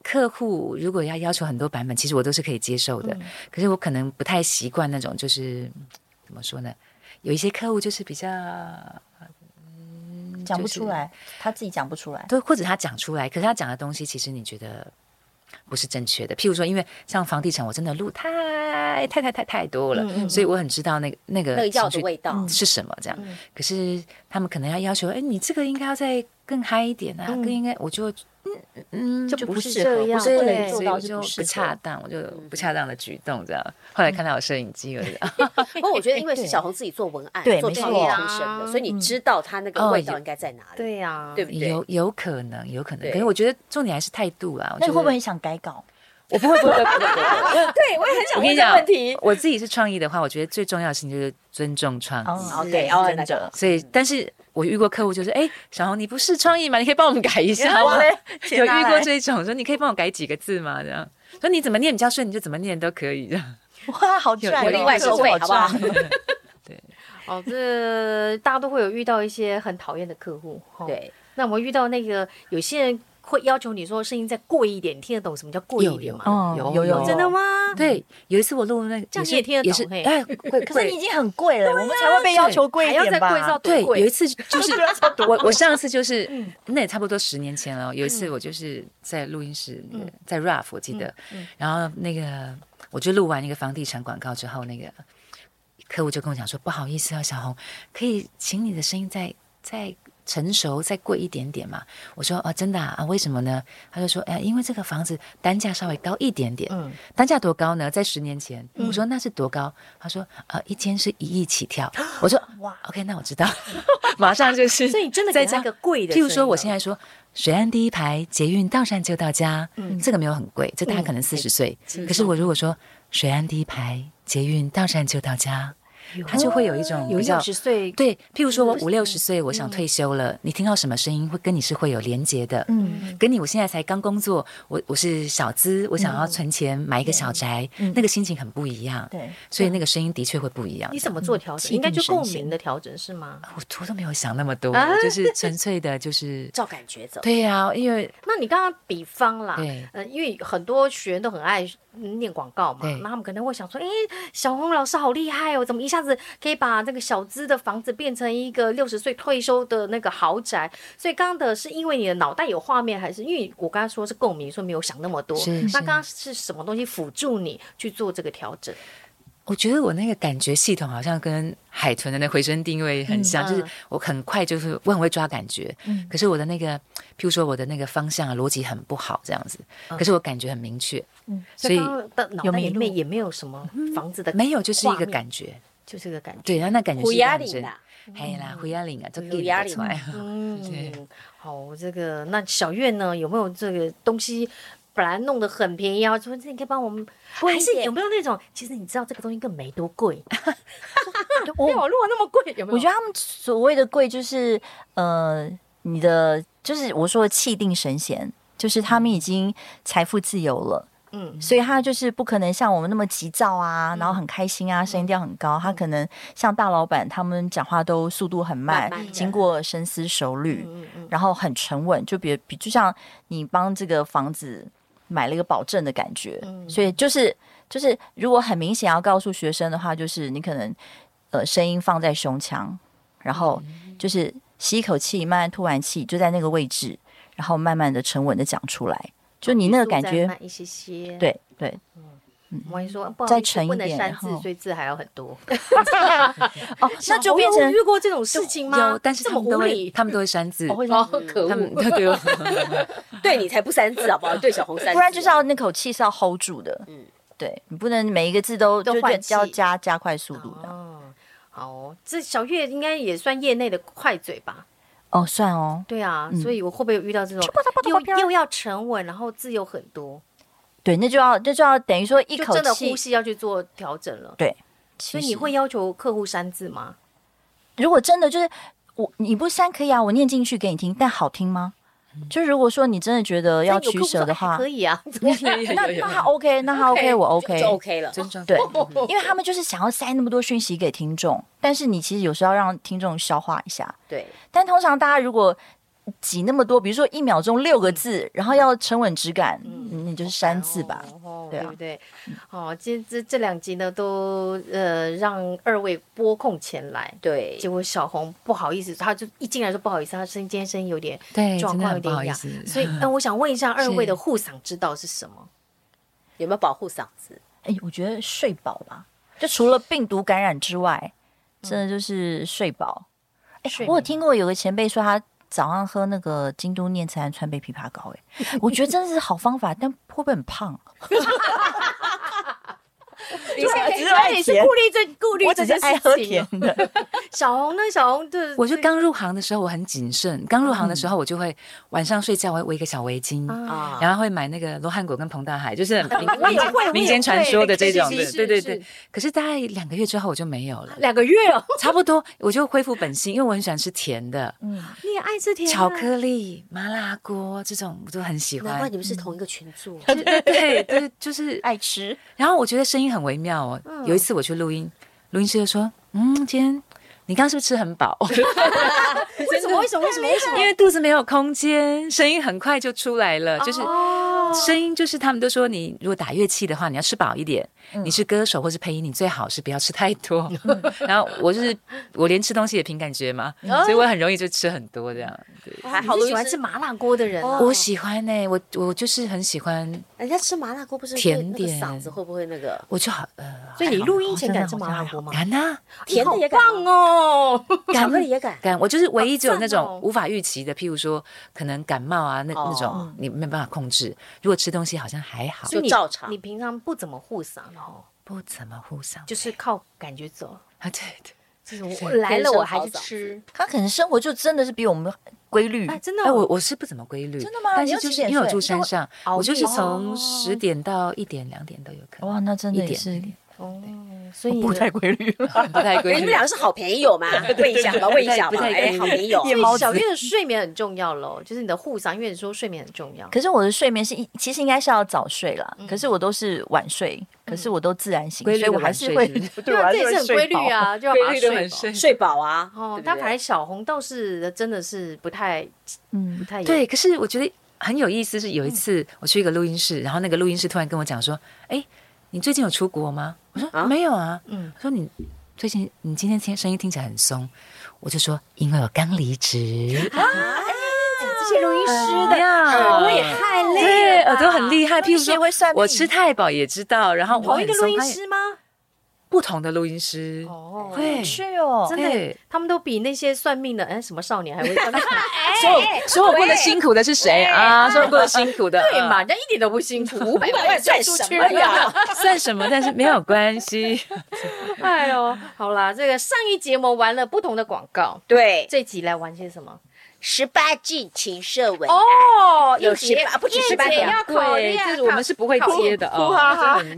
[SPEAKER 2] 客户如果要要求很多版本，其实我都是可以接受
[SPEAKER 7] 嗯
[SPEAKER 2] 的。可是我可能不太习惯那种，就是嗯怎么说呢？有一些客户就是比较，嗯
[SPEAKER 1] 讲不出来，他自己讲不出来。
[SPEAKER 2] 对，或者他讲出来，可是他讲的东西，其实你觉得不是正确的。譬如说，因为像房地产，我真的录太太太太太多了，所以我很知道那个那个
[SPEAKER 6] 那个药的
[SPEAKER 2] 情绪嗯
[SPEAKER 6] 味道，
[SPEAKER 2] 是什么这样。可是他们可能要要求，哎，你这个应该要再更嗨一点啊，更应该，我就嗯嗯，
[SPEAKER 7] 就不
[SPEAKER 1] 不
[SPEAKER 7] 是
[SPEAKER 1] 适
[SPEAKER 7] 这
[SPEAKER 1] 合
[SPEAKER 7] 样，
[SPEAKER 1] 不是
[SPEAKER 2] 对
[SPEAKER 1] 不能
[SPEAKER 7] 对
[SPEAKER 1] 做
[SPEAKER 2] 所以
[SPEAKER 1] 到
[SPEAKER 2] 我
[SPEAKER 1] 是
[SPEAKER 2] 就
[SPEAKER 1] 不适
[SPEAKER 2] 不
[SPEAKER 1] 合
[SPEAKER 2] 恰当，我就不恰当的举动这样。后来看到有摄影机，我就啊
[SPEAKER 6] 不哦过我觉得，因为是
[SPEAKER 1] 哎对
[SPEAKER 6] 小红自己做文案、
[SPEAKER 1] 对
[SPEAKER 6] 做
[SPEAKER 1] 没
[SPEAKER 6] 创
[SPEAKER 1] 错
[SPEAKER 6] 意出身的，
[SPEAKER 7] 啊
[SPEAKER 6] 所以你知道他那个
[SPEAKER 2] 哦
[SPEAKER 6] 味道
[SPEAKER 2] 有
[SPEAKER 6] 应该在哪里，
[SPEAKER 7] 对呀，
[SPEAKER 6] 对不对？
[SPEAKER 2] 有有可能，有可能。
[SPEAKER 6] 对
[SPEAKER 2] 可是我觉得重点还是态度啊。我
[SPEAKER 1] 那你
[SPEAKER 2] 觉
[SPEAKER 1] 会不会
[SPEAKER 2] 得
[SPEAKER 1] 很想改稿？
[SPEAKER 2] 我不会，不会，不会，不会。
[SPEAKER 6] 对，我也很
[SPEAKER 2] 我
[SPEAKER 6] 想
[SPEAKER 2] 跟
[SPEAKER 6] 问
[SPEAKER 2] 你
[SPEAKER 6] 这个
[SPEAKER 2] 讲
[SPEAKER 6] 问题，。
[SPEAKER 2] 我自己是创意的话，我觉得最重要的事情就是尊重创意。
[SPEAKER 1] 哦
[SPEAKER 6] 对哦那
[SPEAKER 1] 真的。
[SPEAKER 2] 所以，但是我遇过客户就是，哎，小红，你不是创意吗？你可以帮我们改一下吗？有遇过这种，说你可以帮我改几个字吗？这样，说你怎么念比较顺，你就怎么念都可以。这样，
[SPEAKER 1] 哇，好赚哦！
[SPEAKER 6] 我另外收费，好不好？
[SPEAKER 7] 哦，这大家都会有遇到一些很讨厌的客户。哦，
[SPEAKER 6] 对，
[SPEAKER 7] 那我们遇到那个有些人会要求你说声音再贵一点，你听得懂什么叫贵一点吗？
[SPEAKER 1] 哦
[SPEAKER 2] 有
[SPEAKER 1] 有有
[SPEAKER 2] 有
[SPEAKER 7] 真的吗？
[SPEAKER 2] 对，有一次我录那
[SPEAKER 7] 这
[SPEAKER 2] 也
[SPEAKER 7] 样
[SPEAKER 2] 是
[SPEAKER 7] 你也听得
[SPEAKER 2] 也
[SPEAKER 7] 懂
[SPEAKER 2] 是
[SPEAKER 7] 嘿
[SPEAKER 2] 哎，贵
[SPEAKER 1] 可是你已
[SPEAKER 2] 贵。
[SPEAKER 1] 经很贵了，我们才会被要求贵一
[SPEAKER 7] 还要再
[SPEAKER 1] 点吧？
[SPEAKER 7] 贵到
[SPEAKER 2] 对，
[SPEAKER 7] 多
[SPEAKER 2] 有
[SPEAKER 7] 贵？嗯
[SPEAKER 2] 一次 就是我我上次就是那也差不多十年前了。有一次我就是在录音室，那
[SPEAKER 7] 嗯
[SPEAKER 2] 个在 RAF 我记得，然后那个我就录完一个房地产广告之后，那个客户就跟我讲说：“不好意思啊，小红，可以请你的声音再再成熟再贵一点点嘛？”我说：“啊，真的啊，啊为什么呢？”他就说：“哎，因为这个房子单价稍微高一点点，
[SPEAKER 7] 嗯
[SPEAKER 2] 单价多高呢？在十年前，我说那是多高？他说：呃，一间是一亿起跳。我说：哇，OK，那我知道， 马上就是。
[SPEAKER 7] 啊所以你真的
[SPEAKER 2] 再
[SPEAKER 7] 给
[SPEAKER 2] 加
[SPEAKER 7] 他一个贵的
[SPEAKER 2] 譬
[SPEAKER 7] 声音
[SPEAKER 2] 如
[SPEAKER 7] 了，
[SPEAKER 2] 说，我现在说水岸第一排，捷运到站就到家，
[SPEAKER 7] 嗯
[SPEAKER 2] 这个没有很贵，这大概可能四十岁。可是我如果说水岸第一排，捷运到站就到家，他就会有一种
[SPEAKER 7] 有
[SPEAKER 2] 比较
[SPEAKER 7] 六十岁，
[SPEAKER 2] 对，譬如说我五六十岁，我想退休了，你听到什么声音会跟你是会有连结的，嗯，跟你我现在才刚工作，我我是小资，我想要存钱买一个小宅，那个心情很不一样，
[SPEAKER 1] 对，
[SPEAKER 2] 所以那个声音的确会不一样
[SPEAKER 7] 你。怎么做调
[SPEAKER 2] 嗯
[SPEAKER 7] 整？
[SPEAKER 2] 气
[SPEAKER 7] 应该
[SPEAKER 2] 定
[SPEAKER 7] 就
[SPEAKER 2] 神
[SPEAKER 7] 共
[SPEAKER 2] 闲
[SPEAKER 7] 鸣的调整是吗？
[SPEAKER 2] 我我都没有想那么多，
[SPEAKER 7] 啊
[SPEAKER 2] 就是纯粹的，就是
[SPEAKER 6] 照感觉走。
[SPEAKER 2] 对呀、因为
[SPEAKER 7] 那你刚刚比方啦
[SPEAKER 2] 对，
[SPEAKER 7] 呃，因为很多学员都很爱嗯念广告嘛
[SPEAKER 2] 对，
[SPEAKER 7] 那他们可能会想说，诶，小红老师好厉害哦，怎么一下子可以把这个小资的房子变成一个六十岁退休的那个豪宅？所以刚刚的是因为你的脑袋有画面，还是因为我刚刚说是共鸣，所以没有想那么多
[SPEAKER 2] 是？是
[SPEAKER 7] 那刚刚是什么东西辅助你去做这个调整？
[SPEAKER 2] 我觉得我那个感觉系统好像跟海豚的那回声定位很像，
[SPEAKER 7] 嗯
[SPEAKER 2] 就是我很快就是我很会抓感觉，可是我的那个，譬如说我的那个方向啊逻辑很不好这样子，
[SPEAKER 7] 嗯
[SPEAKER 2] 可是我感觉很明确，所以
[SPEAKER 7] 刚刚的脑
[SPEAKER 1] 有
[SPEAKER 7] 袋
[SPEAKER 1] 迷
[SPEAKER 7] 里
[SPEAKER 1] 路
[SPEAKER 7] 面也没有什么房子的，
[SPEAKER 2] 嗯没有就是一个
[SPEAKER 7] 画面
[SPEAKER 2] 感觉，
[SPEAKER 7] 就是个感觉。
[SPEAKER 2] 对，然后那感觉
[SPEAKER 6] 虎
[SPEAKER 2] 是一个
[SPEAKER 6] 牙
[SPEAKER 2] 很
[SPEAKER 6] 岭
[SPEAKER 2] 真
[SPEAKER 7] 啊
[SPEAKER 6] 啦，
[SPEAKER 2] 嘿啦，虎牙岭啊，都
[SPEAKER 6] 虎
[SPEAKER 2] 给
[SPEAKER 6] 牙
[SPEAKER 2] 你
[SPEAKER 6] 岭
[SPEAKER 2] 出来，对
[SPEAKER 7] 嗯，好，这个那小月呢，有没有这个东西？本来弄得很便宜啊，说这你可以帮我们，
[SPEAKER 6] 贵一
[SPEAKER 7] 还是
[SPEAKER 6] 点
[SPEAKER 7] 有没有那种？其实你知道这个东西根本没多贵，
[SPEAKER 1] 我
[SPEAKER 7] 没有如果那么贵，有没有？
[SPEAKER 1] 我觉得他们所谓的贵，就是呃，你的就是我说的气定神闲，就是他们已经财富自由了。
[SPEAKER 7] 嗯
[SPEAKER 1] 嗯，所以他就是不可能像我们那么急躁啊，然后很开心
[SPEAKER 7] 嗯
[SPEAKER 1] 啊，声音调很高。他可能像大老板，他们讲话都速度很慢，
[SPEAKER 6] 慢慢的
[SPEAKER 1] 经过深思熟虑，
[SPEAKER 7] 嗯嗯
[SPEAKER 1] 然后很沉稳。就比比，就像你帮这个房子买了一个保证的感觉。
[SPEAKER 7] 嗯
[SPEAKER 1] 所以就是就是，如果很明显要告诉学生的话，就是你可能呃声音放在胸腔，然后
[SPEAKER 7] 嗯
[SPEAKER 1] 就是吸一口气，慢慢吐完气，就在那个位置，然后慢慢的沉稳的讲出来，就你那个感
[SPEAKER 7] 速度再
[SPEAKER 1] 觉，
[SPEAKER 7] 慢一些些。，
[SPEAKER 1] 对对
[SPEAKER 7] 万一说不好
[SPEAKER 1] 再
[SPEAKER 7] 意思
[SPEAKER 1] 沉一
[SPEAKER 7] 不能
[SPEAKER 1] 点
[SPEAKER 7] 删
[SPEAKER 1] 然
[SPEAKER 7] 字，
[SPEAKER 1] 后
[SPEAKER 7] 所以字还要很多。
[SPEAKER 1] 哦，那就变
[SPEAKER 7] 小红
[SPEAKER 1] 成
[SPEAKER 7] 有遇过这种事情吗？
[SPEAKER 2] 有，但是
[SPEAKER 7] 这
[SPEAKER 2] 他
[SPEAKER 7] 么
[SPEAKER 2] 们都
[SPEAKER 7] 无
[SPEAKER 2] 会，
[SPEAKER 7] 理，
[SPEAKER 2] 他们都会删字，
[SPEAKER 6] 哦，
[SPEAKER 7] 嗯
[SPEAKER 6] 可
[SPEAKER 2] 他
[SPEAKER 6] 恶
[SPEAKER 2] 们！都 给我，
[SPEAKER 6] 对你才不三字好不好？对小红三字，
[SPEAKER 1] 不然就是要那口气是要 hold 住的，
[SPEAKER 6] 嗯
[SPEAKER 1] 嗯，对你不能每一个字都
[SPEAKER 7] 都
[SPEAKER 1] 就
[SPEAKER 7] 换
[SPEAKER 1] 对要
[SPEAKER 7] 气
[SPEAKER 1] 加加快速度的，
[SPEAKER 7] 哦，好哦，这小月应该也算业内的快嘴吧？
[SPEAKER 1] 哦，算哦，
[SPEAKER 7] 对啊，
[SPEAKER 1] 嗯
[SPEAKER 7] 所以我会不会有遇到这种又又要沉稳，然后字又很多？
[SPEAKER 1] 对，那就要那就要等于说一
[SPEAKER 7] 就
[SPEAKER 1] 口
[SPEAKER 7] 真的
[SPEAKER 1] 气
[SPEAKER 7] 呼，吸要去做调整了。
[SPEAKER 1] 对，
[SPEAKER 7] 所
[SPEAKER 1] 所
[SPEAKER 7] 以你会要求客户删字吗？
[SPEAKER 1] 如果真的就是我，你不删可以啊，我念进去给你听，但好听吗？
[SPEAKER 7] 嗯
[SPEAKER 1] 就如果说你真的觉得要取舍的话
[SPEAKER 7] 所，以 有客户说哎可以啊，
[SPEAKER 1] 那那他 OK，那他 OK，我 OK，
[SPEAKER 6] 就 OK 了。
[SPEAKER 2] 尊重
[SPEAKER 1] 对， 因为他们就是想要塞那么多讯息给听众，但是你其实有时候要让听众消化一下。
[SPEAKER 6] 对，
[SPEAKER 1] 但通常大家如果挤那么多，比如说一秒钟六个字，然后要沉稳质感，
[SPEAKER 6] 嗯
[SPEAKER 1] 嗯你就是删字吧。
[SPEAKER 7] 哦，
[SPEAKER 1] 对啊
[SPEAKER 7] 对不对？哦，今这这两集呢，都呃让二位拨空前来。
[SPEAKER 6] 对，
[SPEAKER 7] 结果小红不好意思，她就一进来说不好意思，她声音今天声音有 点
[SPEAKER 2] 对，
[SPEAKER 7] 状
[SPEAKER 2] 真的
[SPEAKER 7] 况有
[SPEAKER 2] 很不
[SPEAKER 7] 点
[SPEAKER 2] 好意
[SPEAKER 7] 哑
[SPEAKER 2] 思，，
[SPEAKER 7] 所以呃，我想问一下二位
[SPEAKER 2] 是
[SPEAKER 7] 的护嗓之道是什么？
[SPEAKER 6] 有没有保护嗓子？
[SPEAKER 1] 哎，我觉得睡饱吧，就除了病毒感染之外，真
[SPEAKER 6] 嗯
[SPEAKER 1] 的就是睡饱。哎、
[SPEAKER 7] 睡
[SPEAKER 1] 我有
[SPEAKER 7] 眠
[SPEAKER 1] 听过有个前辈说他早上喝那个京都念慈庵川贝枇杷膏、哎，我觉得真的是好方法，但会不会很 胖？啊
[SPEAKER 6] 你现在
[SPEAKER 1] 只是啊爱
[SPEAKER 7] 是
[SPEAKER 1] 甜
[SPEAKER 7] 顾虑这顾虑
[SPEAKER 1] 我
[SPEAKER 7] 这
[SPEAKER 1] 只是
[SPEAKER 7] 件
[SPEAKER 1] 爱
[SPEAKER 7] 事
[SPEAKER 1] 喝
[SPEAKER 7] 情
[SPEAKER 1] 甜
[SPEAKER 7] 哦。
[SPEAKER 1] 的，
[SPEAKER 7] 小红呢？小红的
[SPEAKER 2] 我就刚入行的时候，我很谨慎。刚入行的时
[SPEAKER 7] 嗯
[SPEAKER 2] 候，我就会晚上睡觉我会围一个小围巾，
[SPEAKER 6] 啊
[SPEAKER 2] 然后会买那个罗汉果跟彭大海，就是很民
[SPEAKER 7] 啊我也会我也
[SPEAKER 2] 民间传说的这种
[SPEAKER 7] 是是
[SPEAKER 2] 的，
[SPEAKER 7] 是
[SPEAKER 2] 对对
[SPEAKER 7] 是，
[SPEAKER 2] 对。可是大概两个月之后我就没有了
[SPEAKER 7] 两个月哦，
[SPEAKER 2] 差不多我就恢复本性，因为我很喜欢吃甜 的，
[SPEAKER 1] 嗯
[SPEAKER 7] 你也爱吃啊甜的
[SPEAKER 2] 巧克力、麻辣锅这种我都很喜
[SPEAKER 6] 难怪
[SPEAKER 2] 欢
[SPEAKER 6] 你。们是同一个群组，
[SPEAKER 2] 对对 对对， 就是
[SPEAKER 7] 哎
[SPEAKER 1] 爱吃。
[SPEAKER 2] 然后我觉得声音很微妙哦。有一次我去录音，录音师就说：“嗯，今天你刚刚是不是吃很 饱？
[SPEAKER 3] 为什么？为什么？为什么？为什么？
[SPEAKER 2] 因为肚子没有空间，声音很快就出来 了，就是。
[SPEAKER 7] 哦
[SPEAKER 2] 声音就是他们都说，你如果打乐器的话，你要吃饱一点。
[SPEAKER 7] 嗯
[SPEAKER 2] 你是歌手或是配音，你最好是不要吃太多。 然后我就是我连吃东西也凭感觉嘛，
[SPEAKER 7] 嗯
[SPEAKER 2] 所以我很容易就吃很多这样。对
[SPEAKER 6] 啊
[SPEAKER 7] 还好，喜欢吃麻辣锅的人啊，
[SPEAKER 2] 我喜欢呢、我我就是很喜欢，
[SPEAKER 6] 人家吃麻辣锅不是会
[SPEAKER 2] 甜
[SPEAKER 6] 那个
[SPEAKER 2] 点
[SPEAKER 6] 嗓子会不会那个？
[SPEAKER 2] 我就好呃，
[SPEAKER 7] 所以你录音前敢吃麻辣锅吗？
[SPEAKER 2] 敢啊，
[SPEAKER 6] 甜的也敢
[SPEAKER 7] 棒哦！
[SPEAKER 6] 巧克力也敢。
[SPEAKER 2] 感我就是唯一只有那
[SPEAKER 7] 好赞哦
[SPEAKER 2] 种无法预期的，譬如说可能感冒啊，那那种你没办法控制。如果吃东西好像还好，
[SPEAKER 6] 就照常
[SPEAKER 7] 哦你平常不怎么护嗓的哦，
[SPEAKER 2] 不怎么互相
[SPEAKER 7] 就是靠感觉走。
[SPEAKER 2] 啊，对对，
[SPEAKER 7] 就是我来了，我还是吃。
[SPEAKER 1] 他可能生活就真的是比我们规律。
[SPEAKER 7] 哎，真的
[SPEAKER 2] 哎，我
[SPEAKER 7] 哦，
[SPEAKER 2] 我是不怎么规律，
[SPEAKER 1] 真的吗
[SPEAKER 2] 但
[SPEAKER 1] 你
[SPEAKER 2] 是
[SPEAKER 1] 哦要
[SPEAKER 2] 就
[SPEAKER 1] 几
[SPEAKER 2] 是
[SPEAKER 1] 点
[SPEAKER 2] 因为我
[SPEAKER 1] 睡
[SPEAKER 2] 住山上，
[SPEAKER 7] 熬
[SPEAKER 2] 我就是
[SPEAKER 7] 夜
[SPEAKER 2] 从十点到一点两点都有可能。
[SPEAKER 1] 哇，那真的
[SPEAKER 2] 一
[SPEAKER 1] 也
[SPEAKER 2] 点
[SPEAKER 1] 是
[SPEAKER 7] 哦所以你
[SPEAKER 1] 不
[SPEAKER 7] 的
[SPEAKER 1] 太规律了。
[SPEAKER 2] 不太规
[SPEAKER 6] 哎，你们。
[SPEAKER 2] 律
[SPEAKER 6] 俩是好朋友嘛？问一下吧，问一下
[SPEAKER 2] 不
[SPEAKER 6] 吧。
[SPEAKER 2] 太
[SPEAKER 6] 哎，好朋友，
[SPEAKER 7] 所以小月的睡眠很重要喽，就是你的护嗓，因为你说睡眠很重要。
[SPEAKER 1] 可是我的睡眠是一，其实应该是要早睡啦，可是我都是晚睡，可是我都自然醒，
[SPEAKER 2] 嗯规律
[SPEAKER 1] 所以我
[SPEAKER 2] 地
[SPEAKER 1] 还
[SPEAKER 2] 晚
[SPEAKER 1] 是
[SPEAKER 2] 睡
[SPEAKER 1] 会
[SPEAKER 2] 是不是
[SPEAKER 1] 对我还
[SPEAKER 7] 这也是
[SPEAKER 1] 会
[SPEAKER 7] 很
[SPEAKER 1] 睡
[SPEAKER 7] 规律
[SPEAKER 1] 饱。
[SPEAKER 7] 啊，就要把它
[SPEAKER 2] 规律地
[SPEAKER 7] 睡
[SPEAKER 2] 很
[SPEAKER 7] 饱。
[SPEAKER 2] 睡
[SPEAKER 6] 睡饱啊。
[SPEAKER 7] 哦
[SPEAKER 6] 对，不
[SPEAKER 7] 但
[SPEAKER 6] 对
[SPEAKER 7] 反而小红倒是真的是不太
[SPEAKER 1] 嗯
[SPEAKER 7] 不，太有
[SPEAKER 2] 对，可是我觉得很有意思，是
[SPEAKER 7] 嗯
[SPEAKER 2] 有一次我去一个录音室，然后那个录音室突然跟我讲说：“哎，你最近有出国吗？”我说：“没有啊。”嗯，说你最近你今天听声音听起来很松，我就说因为我刚离职。
[SPEAKER 7] 啊 哎这些录音师
[SPEAKER 2] 对呀，
[SPEAKER 7] 我也太累
[SPEAKER 2] 对，
[SPEAKER 7] 了吧，
[SPEAKER 2] 耳朵很厉害。譬如
[SPEAKER 1] 也会
[SPEAKER 2] 说
[SPEAKER 1] 算，命
[SPEAKER 2] 我吃太饱也知道，然后我
[SPEAKER 7] 同一
[SPEAKER 2] 很
[SPEAKER 7] 个录
[SPEAKER 2] 松
[SPEAKER 7] 音
[SPEAKER 2] 他也
[SPEAKER 7] 师吗？
[SPEAKER 2] 不同的录音师，
[SPEAKER 7] 哦，
[SPEAKER 2] 对，
[SPEAKER 1] 是哦，
[SPEAKER 7] 真的
[SPEAKER 2] 对，
[SPEAKER 7] 他们都比那些算命的哎什么少年还 会哎算命，
[SPEAKER 2] 说说我过得辛苦的是谁啊？说我过得辛苦的，
[SPEAKER 7] 对嘛？
[SPEAKER 2] 嗯
[SPEAKER 7] 人家一点都不辛苦，五 百
[SPEAKER 6] 百万算
[SPEAKER 7] 赚出
[SPEAKER 6] 什
[SPEAKER 7] 去
[SPEAKER 6] 么呀
[SPEAKER 7] 了。？
[SPEAKER 2] 算什么？但是没有关系。
[SPEAKER 7] 哎呦， 好啦，这个上一节我们玩了不同的广告，
[SPEAKER 6] 对，
[SPEAKER 7] 这集来玩些什么？
[SPEAKER 6] 十八禁情色文案
[SPEAKER 7] 哦，
[SPEAKER 6] 有
[SPEAKER 7] 一节
[SPEAKER 6] 18不止
[SPEAKER 7] 一节
[SPEAKER 6] 18
[SPEAKER 7] 要考虑啊，
[SPEAKER 2] 这是我们是不会接的 哦。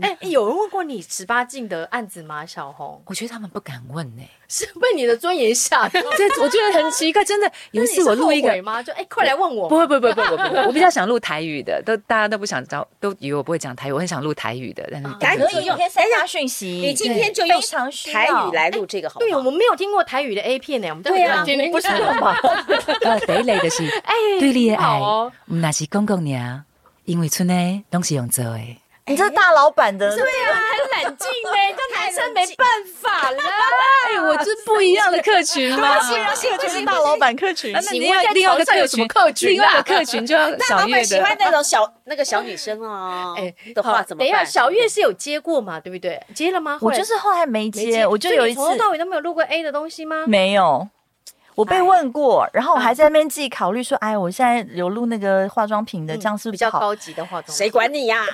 [SPEAKER 7] 哎、有人问过你十八禁的案子吗？小红
[SPEAKER 2] 我觉得他们不敢问呢、
[SPEAKER 7] 是被你的尊严吓到。
[SPEAKER 2] 这我觉得很奇怪，真的。有一次我录一
[SPEAKER 7] 那你是后悔
[SPEAKER 2] 个，
[SPEAKER 7] 吗？就哎、快来问我。
[SPEAKER 2] 不会不会不会不会不会，我比较想录台语的，都大家都不想找，都以为我不会讲台语，我很想录台语的，但是
[SPEAKER 6] 赶紧
[SPEAKER 1] 可以
[SPEAKER 6] 用
[SPEAKER 1] 天三大讯息，
[SPEAKER 6] 你今天就
[SPEAKER 1] 对
[SPEAKER 6] 用
[SPEAKER 1] 非常需要
[SPEAKER 6] 台语来录这个好不
[SPEAKER 7] 哎对，啊
[SPEAKER 6] 好？
[SPEAKER 7] 我们没有听过台语的 A 片呢、我们都
[SPEAKER 6] 对啊
[SPEAKER 7] 今天
[SPEAKER 6] 不是
[SPEAKER 2] 呃，第一类就是
[SPEAKER 7] 哎，
[SPEAKER 2] 对你的
[SPEAKER 7] 好
[SPEAKER 2] 爱，
[SPEAKER 7] 哦，
[SPEAKER 2] 唔那是公公娘，因为村呢拢是用做的。
[SPEAKER 1] 哎你这大老板的，对啊，
[SPEAKER 7] 很冷静呢、这 男生没办法啦。
[SPEAKER 2] 哎，我这不一样的客群嘛。
[SPEAKER 1] 啊这个就是大老板客群
[SPEAKER 2] 啊，那你要另外一个客群，另外一个客群啊就要
[SPEAKER 6] 老
[SPEAKER 2] 小
[SPEAKER 6] 板
[SPEAKER 2] 月
[SPEAKER 6] 喜欢
[SPEAKER 2] 的。
[SPEAKER 6] 那种小那个小女生哦，
[SPEAKER 7] 哎
[SPEAKER 6] 哎的
[SPEAKER 7] 好
[SPEAKER 6] 话怎么
[SPEAKER 7] 等一下，
[SPEAKER 6] 办？
[SPEAKER 7] 小月是有接过嘛？对不对？接了吗？后
[SPEAKER 1] 我
[SPEAKER 7] 来
[SPEAKER 1] 就是后来没
[SPEAKER 7] 没
[SPEAKER 1] 接，我就有一次
[SPEAKER 7] 所以你从头到尾都没有录过 A 的东西吗？
[SPEAKER 1] 没有。我被问过，然后我还在那边自己考虑说，哎，我现在有录那个化妆品的，这样是不
[SPEAKER 7] 嗯比
[SPEAKER 1] 是
[SPEAKER 7] 较
[SPEAKER 1] 不好？
[SPEAKER 7] 高级的化妆，
[SPEAKER 6] 谁管你呀？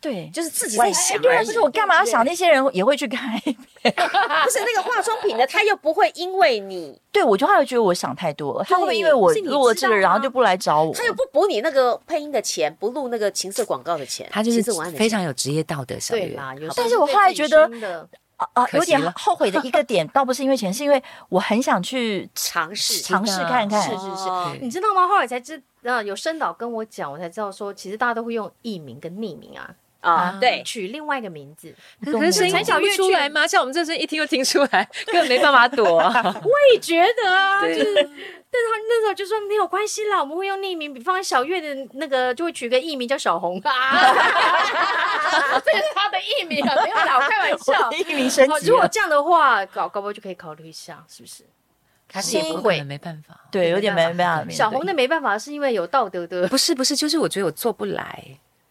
[SPEAKER 1] 对，
[SPEAKER 6] 就是自己
[SPEAKER 1] 我
[SPEAKER 6] 在
[SPEAKER 1] 也
[SPEAKER 6] 想
[SPEAKER 1] 对啊，
[SPEAKER 6] 而
[SPEAKER 1] 不
[SPEAKER 6] 已
[SPEAKER 1] 是。我干嘛要想那些人也会去看？
[SPEAKER 6] 不是那个化妆品的，他啊又不会因为你，
[SPEAKER 1] 对，我就会觉得我想太多了，他会不会因为我
[SPEAKER 7] 是你
[SPEAKER 1] 录了
[SPEAKER 7] 知
[SPEAKER 1] 这个，
[SPEAKER 7] 道
[SPEAKER 1] 然后
[SPEAKER 7] 吗
[SPEAKER 1] 就不来找我？
[SPEAKER 6] 他又不补你那个配音的钱，不录那个情色广告的钱，
[SPEAKER 2] 他就是
[SPEAKER 6] 情色文案的钱
[SPEAKER 2] 非常有职业道德，小
[SPEAKER 7] 对
[SPEAKER 2] 月。
[SPEAKER 7] 啦，有时候
[SPEAKER 1] 但是我
[SPEAKER 7] 对
[SPEAKER 1] 后来
[SPEAKER 7] 自己
[SPEAKER 1] 觉得
[SPEAKER 7] 熏的
[SPEAKER 1] 啊啊，
[SPEAKER 2] 可
[SPEAKER 1] 有
[SPEAKER 2] 惜
[SPEAKER 1] 点
[SPEAKER 2] 了
[SPEAKER 1] 后悔的一个点，倒不是因为钱，是因为我很想去
[SPEAKER 6] 尝试
[SPEAKER 1] 尝试看看。
[SPEAKER 7] 是是是
[SPEAKER 6] 哦
[SPEAKER 7] 你知道吗？后来才知，呃，有声导跟我讲，我才知道说，其实大家都会用艺名跟匿名啊，
[SPEAKER 6] 啊，对，
[SPEAKER 7] 取另外一个名字。
[SPEAKER 2] 可是声音
[SPEAKER 7] 陈小
[SPEAKER 2] 听
[SPEAKER 7] 月
[SPEAKER 2] 不出来吗？像我们这声音一听就听出来，根本没办法躲 啊。
[SPEAKER 7] 我也觉得啊，就是，
[SPEAKER 2] 对
[SPEAKER 7] 但是他那时候就说没有关系啦，我们会用匿名，比方小月的那个就会取个艺名叫小红啊， 这是他的艺名啊，没有啦，我开玩 笑。
[SPEAKER 1] 一名升
[SPEAKER 7] 哦
[SPEAKER 1] 级
[SPEAKER 7] 如果
[SPEAKER 1] 了，
[SPEAKER 7] 这样的话，搞搞不好就可以考虑一下，是不是？还是也不
[SPEAKER 2] 我可
[SPEAKER 7] 会
[SPEAKER 2] 能。没办法。
[SPEAKER 1] 对，有点没没办法。
[SPEAKER 7] 小红的没办法，是因为有道德的
[SPEAKER 2] 不是不是，就是我觉得我做不来。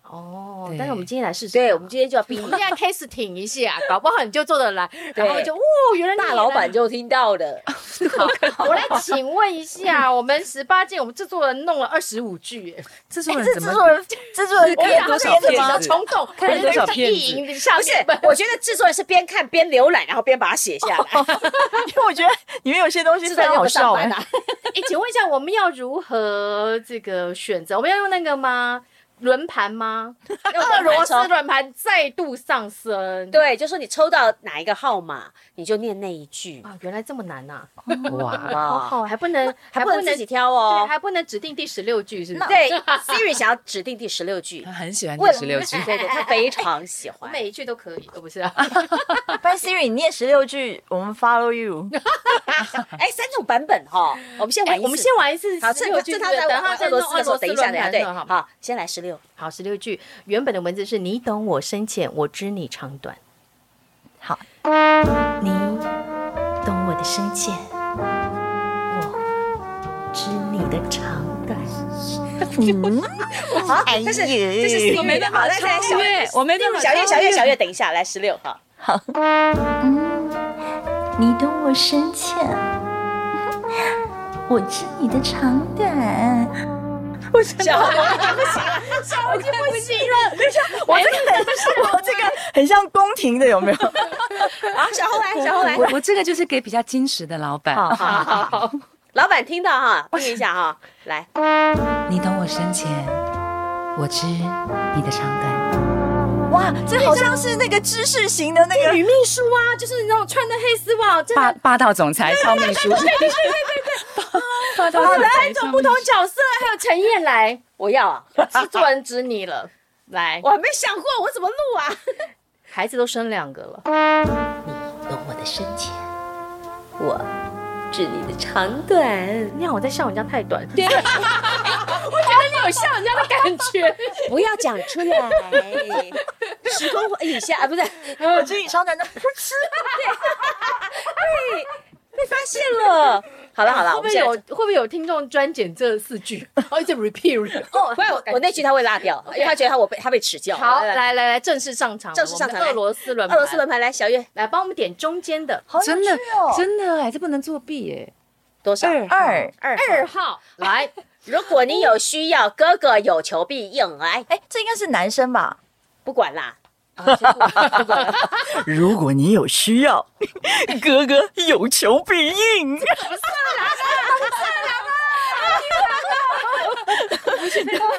[SPEAKER 7] 哦
[SPEAKER 2] 对。
[SPEAKER 7] 但是我们今天来试试，
[SPEAKER 6] 对，我们今天就要逼
[SPEAKER 7] 我
[SPEAKER 6] 你
[SPEAKER 7] 们，现在 case 挺一下，搞不好你就做得来，然后就哦，原来你也
[SPEAKER 6] 大
[SPEAKER 7] 能
[SPEAKER 6] 老板就听到了，
[SPEAKER 7] 好。我来请问一下，我们十八届，我们制作人弄了二十五句耶，
[SPEAKER 2] 制作
[SPEAKER 7] 哎
[SPEAKER 1] 这
[SPEAKER 2] 人
[SPEAKER 1] 制
[SPEAKER 2] 怎
[SPEAKER 1] 作
[SPEAKER 2] 么？
[SPEAKER 1] 人，制作人
[SPEAKER 2] 我看了多少
[SPEAKER 1] 编的
[SPEAKER 2] 片
[SPEAKER 1] 吗
[SPEAKER 7] 好
[SPEAKER 2] 子
[SPEAKER 7] 冲动，
[SPEAKER 2] 看了多少片子
[SPEAKER 7] 意淫下
[SPEAKER 6] 不是
[SPEAKER 7] 面，
[SPEAKER 6] 我觉得制作人是边看边浏览，然后边把它写下来，
[SPEAKER 1] 因为我觉得里面有些东西
[SPEAKER 6] 制
[SPEAKER 1] 很
[SPEAKER 6] 作人
[SPEAKER 1] 好
[SPEAKER 6] 不上
[SPEAKER 1] 笑哎
[SPEAKER 6] 班。 啊，
[SPEAKER 7] 哎，请问一下，我们要如何这个选择？我们要用那个吗？轮盘吗？俄罗斯轮盘再度上升。
[SPEAKER 6] 对，就说你抽到哪一个号码，你就念那一句，
[SPEAKER 7] 啊，原来这么难呐！
[SPEAKER 2] 哇，
[SPEAKER 7] 好
[SPEAKER 6] 哇，
[SPEAKER 7] 好，还不能，
[SPEAKER 6] 哦还不能自己挑
[SPEAKER 7] 对，
[SPEAKER 6] 哦，
[SPEAKER 7] 还不能指定第十六句， 是不是？啊
[SPEAKER 6] 对，Siri 想要指定第十六句
[SPEAKER 2] 他，很喜欢
[SPEAKER 6] 为
[SPEAKER 2] 第
[SPEAKER 6] 了
[SPEAKER 2] 十六句。
[SPEAKER 6] 对对， 他非常喜
[SPEAKER 7] 我
[SPEAKER 6] 欢。
[SPEAKER 7] 每一句都可以，哦，不是啊？
[SPEAKER 1] 不然 Siri 你念十六句，我们 follow you。
[SPEAKER 6] 哎，三种版本哈，我们先玩一
[SPEAKER 7] 哎
[SPEAKER 6] 次，
[SPEAKER 7] 我们先玩一次
[SPEAKER 6] 好，
[SPEAKER 7] 十
[SPEAKER 6] 趁
[SPEAKER 7] 六句，
[SPEAKER 6] 趁他
[SPEAKER 7] 对
[SPEAKER 6] 在
[SPEAKER 7] 等
[SPEAKER 6] 玩
[SPEAKER 7] 他
[SPEAKER 6] 俄
[SPEAKER 7] 在
[SPEAKER 6] 罗
[SPEAKER 7] 弄
[SPEAKER 6] 斯
[SPEAKER 7] 俄
[SPEAKER 6] 的时候，
[SPEAKER 7] 罗斯
[SPEAKER 6] 等一下，
[SPEAKER 7] 轮
[SPEAKER 6] 等一下，对，
[SPEAKER 7] 盘的好不好？
[SPEAKER 6] 好，先来十六，
[SPEAKER 7] 好，十六句原本的文字是你懂我深浅，我知你长短。
[SPEAKER 1] 好，
[SPEAKER 7] 你懂我的深浅，我知你的长短。
[SPEAKER 1] 嗯
[SPEAKER 6] 好，
[SPEAKER 1] 哎
[SPEAKER 6] 但是这是 C 语，好，来来小月，
[SPEAKER 7] 哎我没办
[SPEAKER 6] 小月，小月，小月，等一下，来十六，好，
[SPEAKER 1] 你懂我深浅，我知你的长短。
[SPEAKER 6] 小月，
[SPEAKER 1] 我这个很，我这个很像宫廷的，有没有？
[SPEAKER 6] 好，小红来，小红来，
[SPEAKER 2] 我我这个就是给比较矜持的老板。
[SPEAKER 1] 好
[SPEAKER 6] 好好好，老板听到 哈，听一下哈，来，
[SPEAKER 2] 你懂我深浅，我知你的长短。
[SPEAKER 3] 哇，这好像是那个知识型的那个
[SPEAKER 7] 女秘书啊， 就是那种穿的黑丝袜，真的
[SPEAKER 2] 霸霸道总裁超秘书。对对对对霸道总裁
[SPEAKER 7] 各种不同角色，还有陈燕来，
[SPEAKER 6] 我要啊，
[SPEAKER 7] 制作人指你了， 来
[SPEAKER 6] 我，还没想过我怎么录啊，
[SPEAKER 7] 孩子都生两个了，
[SPEAKER 6] 懂我的深浅，我知你的长短。
[SPEAKER 7] 你看我在笑人家太短，对，我觉得你有笑人家的感 觉，
[SPEAKER 6] 不要讲出来，时空以下啊，不是
[SPEAKER 1] 我知你长短的，
[SPEAKER 6] 被发现了。好了好了，我
[SPEAKER 7] 会不
[SPEAKER 6] 们
[SPEAKER 7] 会
[SPEAKER 6] 现
[SPEAKER 7] 有
[SPEAKER 6] 在
[SPEAKER 7] 会不会有听众专剪这四 句，然后一直 repeat repeat？
[SPEAKER 6] 哦，不然我我那句他会落掉，因为他觉得他我被他被耻教。
[SPEAKER 7] 好，来来来，正式上场，
[SPEAKER 6] 正式上场
[SPEAKER 7] 我们的俄罗斯轮
[SPEAKER 6] 俄
[SPEAKER 7] 盘，
[SPEAKER 6] 罗斯轮盘来，小月
[SPEAKER 7] 来帮我们点中间的
[SPEAKER 2] 真的真的哎，这不能作弊哎。
[SPEAKER 6] 多少？
[SPEAKER 1] 二
[SPEAKER 6] 二
[SPEAKER 7] 二。号，来，
[SPEAKER 6] 如果你有需要，哥哥有求必应。哎，
[SPEAKER 1] 哎，这应该是男生吧？
[SPEAKER 6] 不管啦，
[SPEAKER 7] 啊
[SPEAKER 1] 如果你有需 要，哥哥有求必应。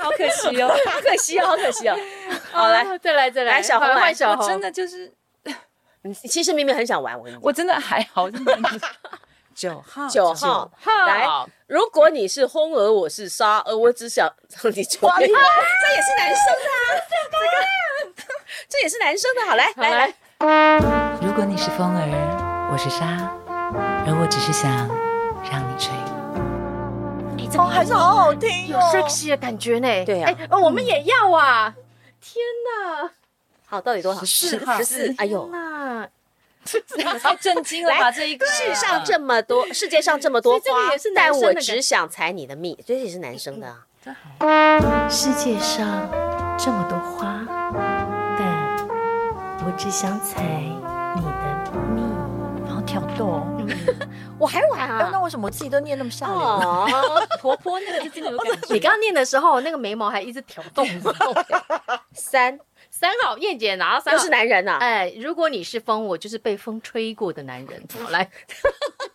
[SPEAKER 2] 好可惜哦，
[SPEAKER 6] 好可惜哦，好可惜哦。好来，
[SPEAKER 7] 啊再来再来，
[SPEAKER 6] 来小红
[SPEAKER 7] 换
[SPEAKER 6] 来
[SPEAKER 7] 换小红，
[SPEAKER 2] 真的就是
[SPEAKER 6] 你其实明明很想玩，我跟你讲。
[SPEAKER 2] 我真的还好。 九号，
[SPEAKER 6] 九号，
[SPEAKER 7] 号
[SPEAKER 6] 来，如果你是轰而我是杀而我只想让你求必应，这也是男生的啊，这个这也是男生的。好，来
[SPEAKER 7] 好
[SPEAKER 6] 来来
[SPEAKER 7] 来，。
[SPEAKER 2] 如果你是风儿，我是沙，而我只是想让你吹。
[SPEAKER 1] 哦，还是好好听
[SPEAKER 7] 有
[SPEAKER 1] 哦。
[SPEAKER 7] sexy 的感觉呢。
[SPEAKER 6] 对啊
[SPEAKER 7] 哎、呃我们也要啊！天哪，
[SPEAKER 6] 好，到底多少？
[SPEAKER 2] 14号
[SPEAKER 6] 十四。哎呦
[SPEAKER 7] 天，哪，
[SPEAKER 2] 太震惊了吧！ 这一个
[SPEAKER 6] 世上这么多，世界上这么多
[SPEAKER 7] 所以这个
[SPEAKER 6] 花
[SPEAKER 7] 也是，男
[SPEAKER 6] 但
[SPEAKER 7] 生的
[SPEAKER 6] 我
[SPEAKER 7] 感
[SPEAKER 6] 只想采你的蜜，这也是男生的啊。
[SPEAKER 7] 世界上这么多花，但我只想采你的蜜。
[SPEAKER 1] 好挑逗哦。
[SPEAKER 6] 我还玩
[SPEAKER 1] 哎，
[SPEAKER 7] 啊
[SPEAKER 1] 那为什么我自己都念那么下流？
[SPEAKER 6] 哦，
[SPEAKER 7] 婆婆那个真的有感觉。你刚刚念的时候，那个眉毛还一直挑动。一直动
[SPEAKER 6] 三
[SPEAKER 7] 三号燕姐拿到三
[SPEAKER 6] 又
[SPEAKER 7] 号
[SPEAKER 6] 是。男人呐、啊，
[SPEAKER 7] 哎，如果你是风，我就是被风吹过的男人。好来，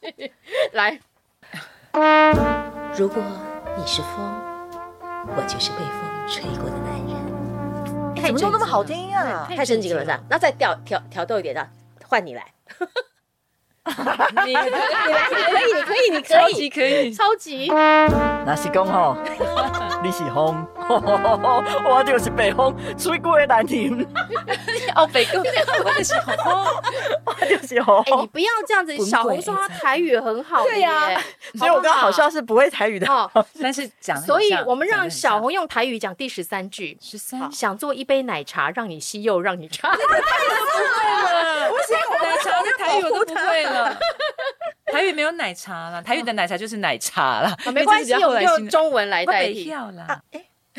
[SPEAKER 7] 来，
[SPEAKER 4] 如果你是风，我就是被风吹过的男人。
[SPEAKER 1] 哎怎么都那么好听啊？
[SPEAKER 6] 太神经了是吧？那再调调调逗一点的，换你来，你
[SPEAKER 7] 你你
[SPEAKER 6] 来，你可以，你可以，你可
[SPEAKER 2] 超
[SPEAKER 6] 以。
[SPEAKER 2] 级可以，
[SPEAKER 7] 超级
[SPEAKER 1] 那是讲吼，你是风， 我就是北风吹过的男 人，
[SPEAKER 2] 哦，北哥，我的是哦，
[SPEAKER 1] 我就是红
[SPEAKER 7] 哎、你不要这样子，小红说她台语很好耶，对
[SPEAKER 1] 呀所以我刚刚好像是不会台语的。
[SPEAKER 7] 哦，
[SPEAKER 2] 但是讲得很像，
[SPEAKER 7] 所以我们
[SPEAKER 2] 讲得
[SPEAKER 7] 让
[SPEAKER 2] 很
[SPEAKER 7] 小
[SPEAKER 2] 像
[SPEAKER 7] 红用台语讲第十三句。
[SPEAKER 2] 十三
[SPEAKER 7] 想做一杯奶茶，让你吸又让你茶。
[SPEAKER 2] 奶 茶跟台语我都不会了，台语没有奶茶了，台语的奶茶就是奶茶了，
[SPEAKER 7] 啊没关系，
[SPEAKER 2] 这是比较
[SPEAKER 7] 我
[SPEAKER 2] 后
[SPEAKER 7] 们
[SPEAKER 2] 来新
[SPEAKER 7] 用
[SPEAKER 2] 的
[SPEAKER 7] 中文来
[SPEAKER 2] 我
[SPEAKER 7] 代
[SPEAKER 2] 北
[SPEAKER 7] 替。
[SPEAKER 2] 跳
[SPEAKER 7] 啊
[SPEAKER 2] 啦。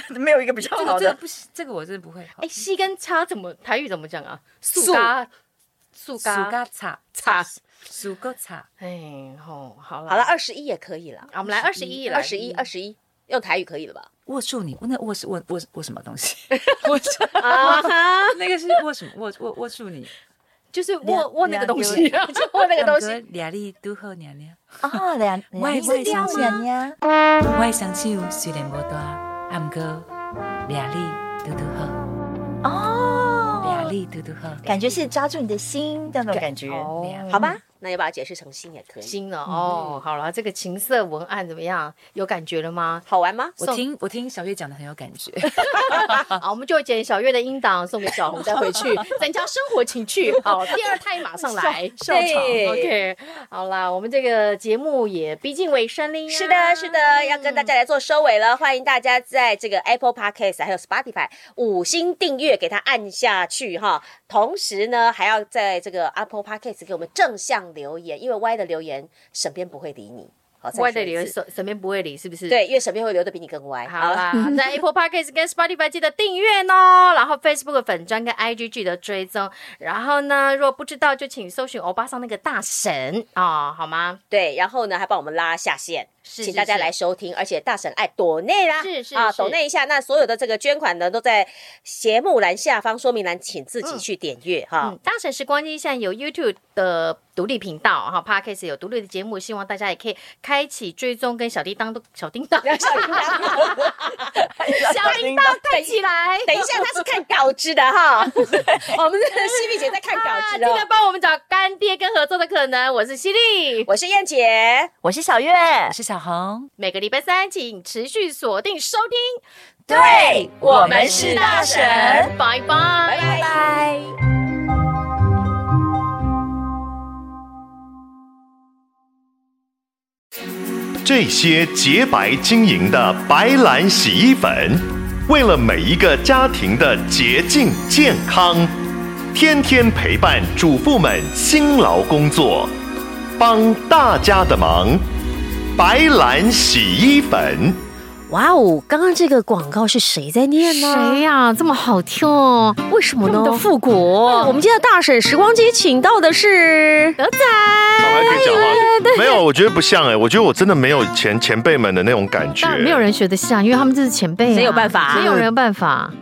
[SPEAKER 1] 没哦有一个比较
[SPEAKER 2] 这
[SPEAKER 1] 好
[SPEAKER 2] 个这个
[SPEAKER 1] 的。
[SPEAKER 2] 不行，这个我真的不会。哦
[SPEAKER 7] 哎，吸跟叉怎么台语怎么讲啊？
[SPEAKER 2] 素
[SPEAKER 7] 素嘎，素
[SPEAKER 2] 暑
[SPEAKER 7] 嘎，
[SPEAKER 2] 嘎茶，
[SPEAKER 7] 叉。
[SPEAKER 2] 暑个茶，
[SPEAKER 7] 哎，吼，好了
[SPEAKER 6] 好了，，二十一也可以了，
[SPEAKER 7] 啊我们来二十一，
[SPEAKER 6] 二十一，二十一，用台语可以了吧？
[SPEAKER 2] 握住你，那握是握握握什么东西？握住
[SPEAKER 6] 啊哈，
[SPEAKER 2] 那个是握什么？握握握住你，
[SPEAKER 7] 就是握握那个东西，
[SPEAKER 1] 两
[SPEAKER 7] 就握那个东西。
[SPEAKER 2] 两个两粒都好娘娘。
[SPEAKER 1] 啊，两
[SPEAKER 2] 我也会想
[SPEAKER 1] 两呀。
[SPEAKER 2] 我的双手虽然无大，啊毋过两粒嘟嘟好，
[SPEAKER 1] 哦，
[SPEAKER 2] 两粒嘟嘟好。
[SPEAKER 1] 感觉是抓住你的心那种感觉。啊
[SPEAKER 7] 哦
[SPEAKER 2] 两
[SPEAKER 6] 好吧，
[SPEAKER 8] 那你把它解释成嗯新也可以。
[SPEAKER 7] 新了哦，好了，这个情色文案怎么样？有感觉了吗？
[SPEAKER 8] 好玩吗？
[SPEAKER 2] 我听我听小月讲的很有感觉，
[SPEAKER 7] 好，我们就剪小月的音档送给小红，带回去增加生活情趣。好，第二胎马上来。
[SPEAKER 8] 笑场
[SPEAKER 7] 对 OK，好啦，我们这个节目也逼近尾声了。
[SPEAKER 8] 是的，是的，要跟大家来做收尾了。欢迎大家在这个 Apple Podcast 还有 Spotify 五星订阅，给它按下去哈。同时呢，还要在这个 Apple Podcast 给我们正向留言，因为歪的留言沈编不会理你。好，再说
[SPEAKER 7] 外
[SPEAKER 8] 一次
[SPEAKER 7] 的留沈沈边不会理，是不是？。
[SPEAKER 8] 对，因为沈编会留的比你更歪。
[SPEAKER 7] 好啦，在 Apple Podcast 跟 Spotify 记得订阅哦，然后 Facebook 粉专跟 IG 记得追踪，然后呢，如果不知道就请搜寻欧巴桑那个大神啊、好吗？
[SPEAKER 8] 对，然后呢，还帮我们拉下线，
[SPEAKER 7] 是
[SPEAKER 8] 请
[SPEAKER 7] 是
[SPEAKER 8] 大家
[SPEAKER 7] 是
[SPEAKER 8] 来收听，而且大婶爱朵内啦，
[SPEAKER 7] 是是
[SPEAKER 8] 啊，
[SPEAKER 7] 是
[SPEAKER 8] 抖内一下。那所有的这个捐款呢，都在节目栏下方说明栏，请自己去点阅哈
[SPEAKER 7] 嗯。，大婶时光机现在有 YouTube 的独立频道，哈 p o d c a s t 有独立的节目，希望大家也可以开启追踪跟小叮当都小叮当小
[SPEAKER 8] 啊
[SPEAKER 7] 叮当对起来，
[SPEAKER 8] 等一下，他是看稿子的 哈，我们的犀利姐在看
[SPEAKER 7] 啊，
[SPEAKER 8] 稿
[SPEAKER 7] 记
[SPEAKER 8] 子哦
[SPEAKER 7] 得。帮我们找干爹跟合作的可能。我是犀利，
[SPEAKER 8] 我是燕姐，
[SPEAKER 1] 我是小月，
[SPEAKER 2] 我 是小红，
[SPEAKER 7] 每个礼拜三请持续锁定收听，
[SPEAKER 1] 对
[SPEAKER 7] 我
[SPEAKER 1] 们是大神，
[SPEAKER 7] 拜拜。
[SPEAKER 8] 拜
[SPEAKER 1] 拜。
[SPEAKER 9] 这些洁白晶莹的白兰洗衣粉，为了每一个家庭的洁净健康，天天陪伴主妇们辛劳工作，帮大家的忙。白兰洗衣粉。
[SPEAKER 6] 哇哦，刚刚这个广告是谁在念呢？
[SPEAKER 7] 谁呀、这么好听哦！
[SPEAKER 6] 为什么
[SPEAKER 7] 我
[SPEAKER 6] 呢哦
[SPEAKER 7] 们的？复古，
[SPEAKER 6] 我们今天的大婶时光机请到的是
[SPEAKER 7] 德仔，
[SPEAKER 9] 还可以讲话，没有，我觉得不像哎、我觉得我真的没有前前辈们的那种感觉
[SPEAKER 7] 当，然没有人学得像，因为他们这是前辈、啊，
[SPEAKER 10] 谁有办法啊
[SPEAKER 7] 没有人有办法。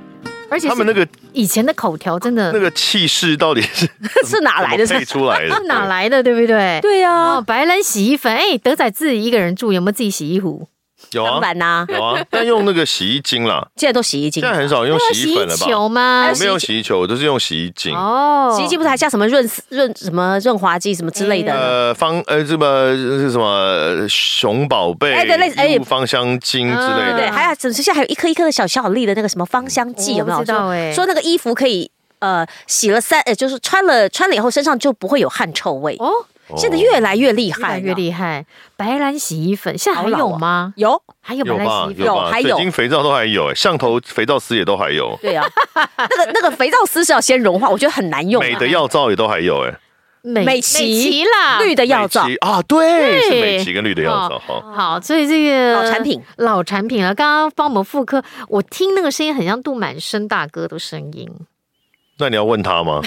[SPEAKER 7] 而且
[SPEAKER 9] 他们那
[SPEAKER 7] 是
[SPEAKER 9] 个
[SPEAKER 7] 以前的口条真的
[SPEAKER 9] 那个气势到 底是
[SPEAKER 6] 是哪来的
[SPEAKER 9] 怎么配出来的？
[SPEAKER 7] 是哪？来的，对不对？
[SPEAKER 6] 对呀、
[SPEAKER 9] 啊
[SPEAKER 7] 哦，白兰洗衣粉，哎，德仔自己一个人住，有没有自己洗衣壶？
[SPEAKER 9] 有
[SPEAKER 6] 当
[SPEAKER 9] 啊，
[SPEAKER 6] 然啦、
[SPEAKER 9] 有啊，但用那个洗衣精啦，
[SPEAKER 6] 现在都洗衣精
[SPEAKER 9] 现，在很少用
[SPEAKER 7] 那
[SPEAKER 9] 洗衣粉了吧？
[SPEAKER 7] 球吗
[SPEAKER 9] 我？没有用洗衣球，我都是用洗衣精。
[SPEAKER 7] 哦，
[SPEAKER 6] 洗衣机不是还加什么润丝润什么润滑剂什么之类的？
[SPEAKER 9] 呃，方呃，这个是什么呃熊宝贝？
[SPEAKER 6] 哎对类似哎嗯
[SPEAKER 9] 衣物芳香精之类
[SPEAKER 6] 对，
[SPEAKER 9] 的。
[SPEAKER 6] 还有怎么现在还有一颗一颗的小小粒的那个什么芳香剂，
[SPEAKER 7] 嗯我
[SPEAKER 6] 有没有？
[SPEAKER 7] 不知道欸
[SPEAKER 6] 说说那个衣服可以呃洗了三，呃就是穿了穿了以后身上就不会有汗臭味。
[SPEAKER 7] 哦，
[SPEAKER 6] 现在越来越厉
[SPEAKER 7] 越来
[SPEAKER 6] 害，
[SPEAKER 7] 越厉害。白兰洗衣粉现在还
[SPEAKER 6] 好老
[SPEAKER 7] 有
[SPEAKER 6] 啊
[SPEAKER 7] 吗？
[SPEAKER 6] 有。
[SPEAKER 7] 还有白
[SPEAKER 9] 有
[SPEAKER 7] 兰
[SPEAKER 9] 吧
[SPEAKER 7] 洗衣粉？
[SPEAKER 9] 有吧，
[SPEAKER 6] 还有
[SPEAKER 9] 水晶肥皂都还有，哎上头肥皂丝也都还有，
[SPEAKER 6] 对啊，那个那个肥皂丝是要先融化，我觉得很难用、啊
[SPEAKER 9] 美的药皂也都还有，哎，
[SPEAKER 7] 美
[SPEAKER 6] 美
[SPEAKER 7] 琪
[SPEAKER 6] 琪
[SPEAKER 7] 啦，
[SPEAKER 6] 绿的药皂
[SPEAKER 9] 美，琪啊，对，
[SPEAKER 7] 对
[SPEAKER 9] 是美琪跟绿的药皂。好
[SPEAKER 7] 好，所以这个
[SPEAKER 6] 老产品，
[SPEAKER 7] 老产品了。刚刚帮我们复刻，我听那个声音很像杜满生大哥的声音。
[SPEAKER 9] 那你要问他吗？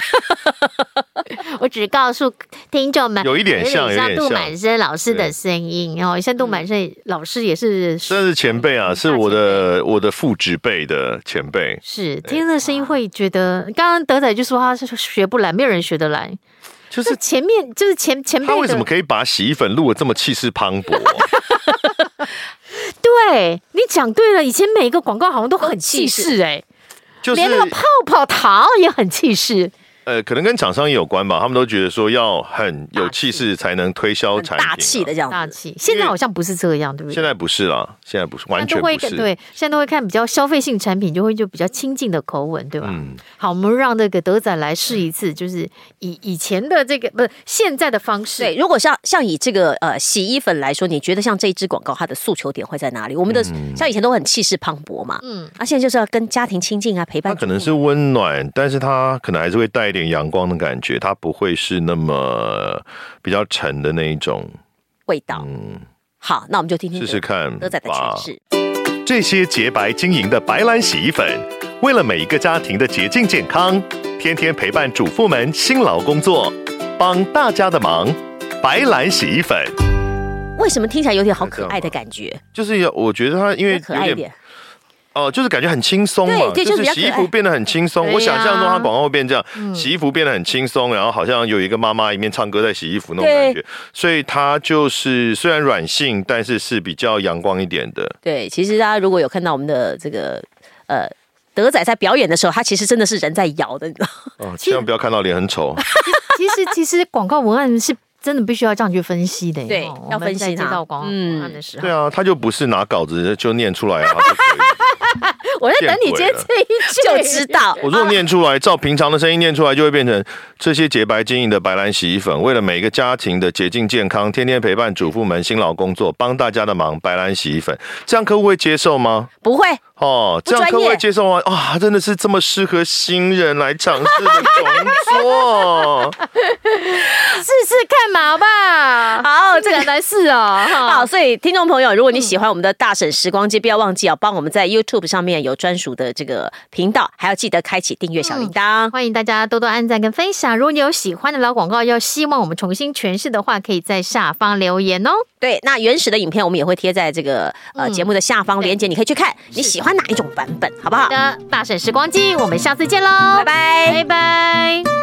[SPEAKER 7] 我只告诉听众们，
[SPEAKER 9] 有一点像
[SPEAKER 7] 有点
[SPEAKER 9] 有点
[SPEAKER 7] 杜
[SPEAKER 9] 像
[SPEAKER 7] 满生老师的声音哦。像杜满生老师也是
[SPEAKER 9] 但是前辈啊，是我的我的父职辈的前辈，
[SPEAKER 7] 是听那声音会觉得，刚刚德仔就说他是学不来，没有人学得来。
[SPEAKER 9] 就
[SPEAKER 7] 这
[SPEAKER 9] 是
[SPEAKER 7] 前面就是前前辈
[SPEAKER 9] 他
[SPEAKER 7] 的，
[SPEAKER 9] 为什么可以把洗衣粉录的这么气势磅礴？
[SPEAKER 7] 对你讲对了，以前每一个广告好像都很气势哎，
[SPEAKER 9] 就是
[SPEAKER 7] 连那个泡泡糖也很气势。
[SPEAKER 9] 呃，可能跟厂商也有关吧，他们都觉得说要很有气势才能推销
[SPEAKER 6] 很
[SPEAKER 9] 产品、啊
[SPEAKER 6] 大气的。这样
[SPEAKER 7] 大
[SPEAKER 6] 子。
[SPEAKER 7] 气。现在好像不是这样，对不
[SPEAKER 9] 现
[SPEAKER 7] 对？
[SPEAKER 9] 在不是啦，现在不是，完
[SPEAKER 7] 现在
[SPEAKER 9] 全
[SPEAKER 7] 都
[SPEAKER 9] 不
[SPEAKER 7] 会
[SPEAKER 9] 是。
[SPEAKER 7] 对，现在都会看比较消费性产品，就会就比较亲近的口吻，对吧？
[SPEAKER 9] 嗯
[SPEAKER 7] 好，我们让那个德仔来试一次，就是以以前的这个不是现在的方式。
[SPEAKER 6] 对，，如果像像以这个呃洗衣粉来说，你觉得像这一支广告它的诉求点会在哪里？我们的、
[SPEAKER 9] 嗯
[SPEAKER 6] 像以前都很气势磅礴嘛，
[SPEAKER 7] 嗯，
[SPEAKER 6] 啊，现在就是要跟家庭亲近啊，陪伴
[SPEAKER 9] 它
[SPEAKER 6] 主妇。
[SPEAKER 9] 可能是温暖，但是它可能还是会带一点阳光的感觉，它不会是那么比较沉的那一种。
[SPEAKER 6] 味道。好，那我们就听听
[SPEAKER 9] 嗯试试看
[SPEAKER 6] 德仔的
[SPEAKER 9] 吧
[SPEAKER 6] 诠释。
[SPEAKER 9] 这些洁白晶莹的白兰洗衣粉，为了每一个家庭的洁净健康，天天陪伴主妇们辛劳工作，帮大家的忙。白兰洗衣粉
[SPEAKER 6] 为什么听起来有点好可
[SPEAKER 9] 这样
[SPEAKER 6] 爱的
[SPEAKER 9] 吧
[SPEAKER 6] 感觉？
[SPEAKER 9] 就是有，我觉得它因为
[SPEAKER 6] 可
[SPEAKER 9] 嗯有
[SPEAKER 6] 爱一
[SPEAKER 9] 点
[SPEAKER 6] 点，
[SPEAKER 9] 哦、就是感觉很轻松嘛，
[SPEAKER 6] 对对就是比较
[SPEAKER 9] 洗衣
[SPEAKER 6] 可
[SPEAKER 9] 服
[SPEAKER 6] 爱
[SPEAKER 9] 变得很轻松。
[SPEAKER 7] 对呀
[SPEAKER 9] 我想象中它广告会变这样，洗衣服变得很轻松，然后好像有一个妈妈一面唱歌在洗衣服那种感觉。所以它就是虽然软性，但是是比较阳光一点的。
[SPEAKER 6] 对，其实大家如果有看到我们的这个呃德仔在表演的时候，他其实真的是人在摇的，你知道吗？
[SPEAKER 9] 哦，千万不要看到脸很丑。
[SPEAKER 7] 其实其实广告文案是真的必须要这样去分析的耶。
[SPEAKER 6] 对
[SPEAKER 7] 哦
[SPEAKER 6] 要
[SPEAKER 7] 我们
[SPEAKER 6] 分析
[SPEAKER 7] 在接
[SPEAKER 6] 它
[SPEAKER 7] 到光
[SPEAKER 6] 嗯
[SPEAKER 7] 案的时候
[SPEAKER 9] 对，啊，他就不是拿稿子就念出 来啊。就可以
[SPEAKER 7] 我在等你接这一句，
[SPEAKER 6] 就知道
[SPEAKER 9] 我如果念出来，照平常的声音念出来，就会变成这些洁白晶莹的白兰洗衣粉，为了每一个家庭的洁净健康，天天陪伴主妇们辛劳工作，帮大家的忙。白兰洗衣粉，这样客户会接受吗？
[SPEAKER 6] 不会，
[SPEAKER 9] 哦，这样
[SPEAKER 6] 不专业
[SPEAKER 9] 客户会接受吗？哇、真的是这么适合新人来尝试的工作。
[SPEAKER 7] 试试看嘛，好不好？
[SPEAKER 6] 好，这
[SPEAKER 7] 这
[SPEAKER 6] 个
[SPEAKER 7] 个来试哦。哈
[SPEAKER 9] 嗯
[SPEAKER 6] 好，所以听众朋友，如果你喜欢我们的大婶时光机，不要忘记哦，帮我们在 YouTube 上面有专属的这个频道，还要记得开启订阅小铃铛。
[SPEAKER 9] 嗯
[SPEAKER 7] 欢迎大家多多按赞跟分享。如果你有喜欢的老广告，要希望我们重新诠释的话，可以在下方留言哦。
[SPEAKER 6] 对，那原始的影片我们也会贴在这个呃
[SPEAKER 9] 嗯
[SPEAKER 6] 节目的下方链接，你可以去看你喜欢哪一种版本，好不好
[SPEAKER 7] 好？的，大婶时光机，我们下次见喽，
[SPEAKER 6] 拜拜。
[SPEAKER 7] 拜拜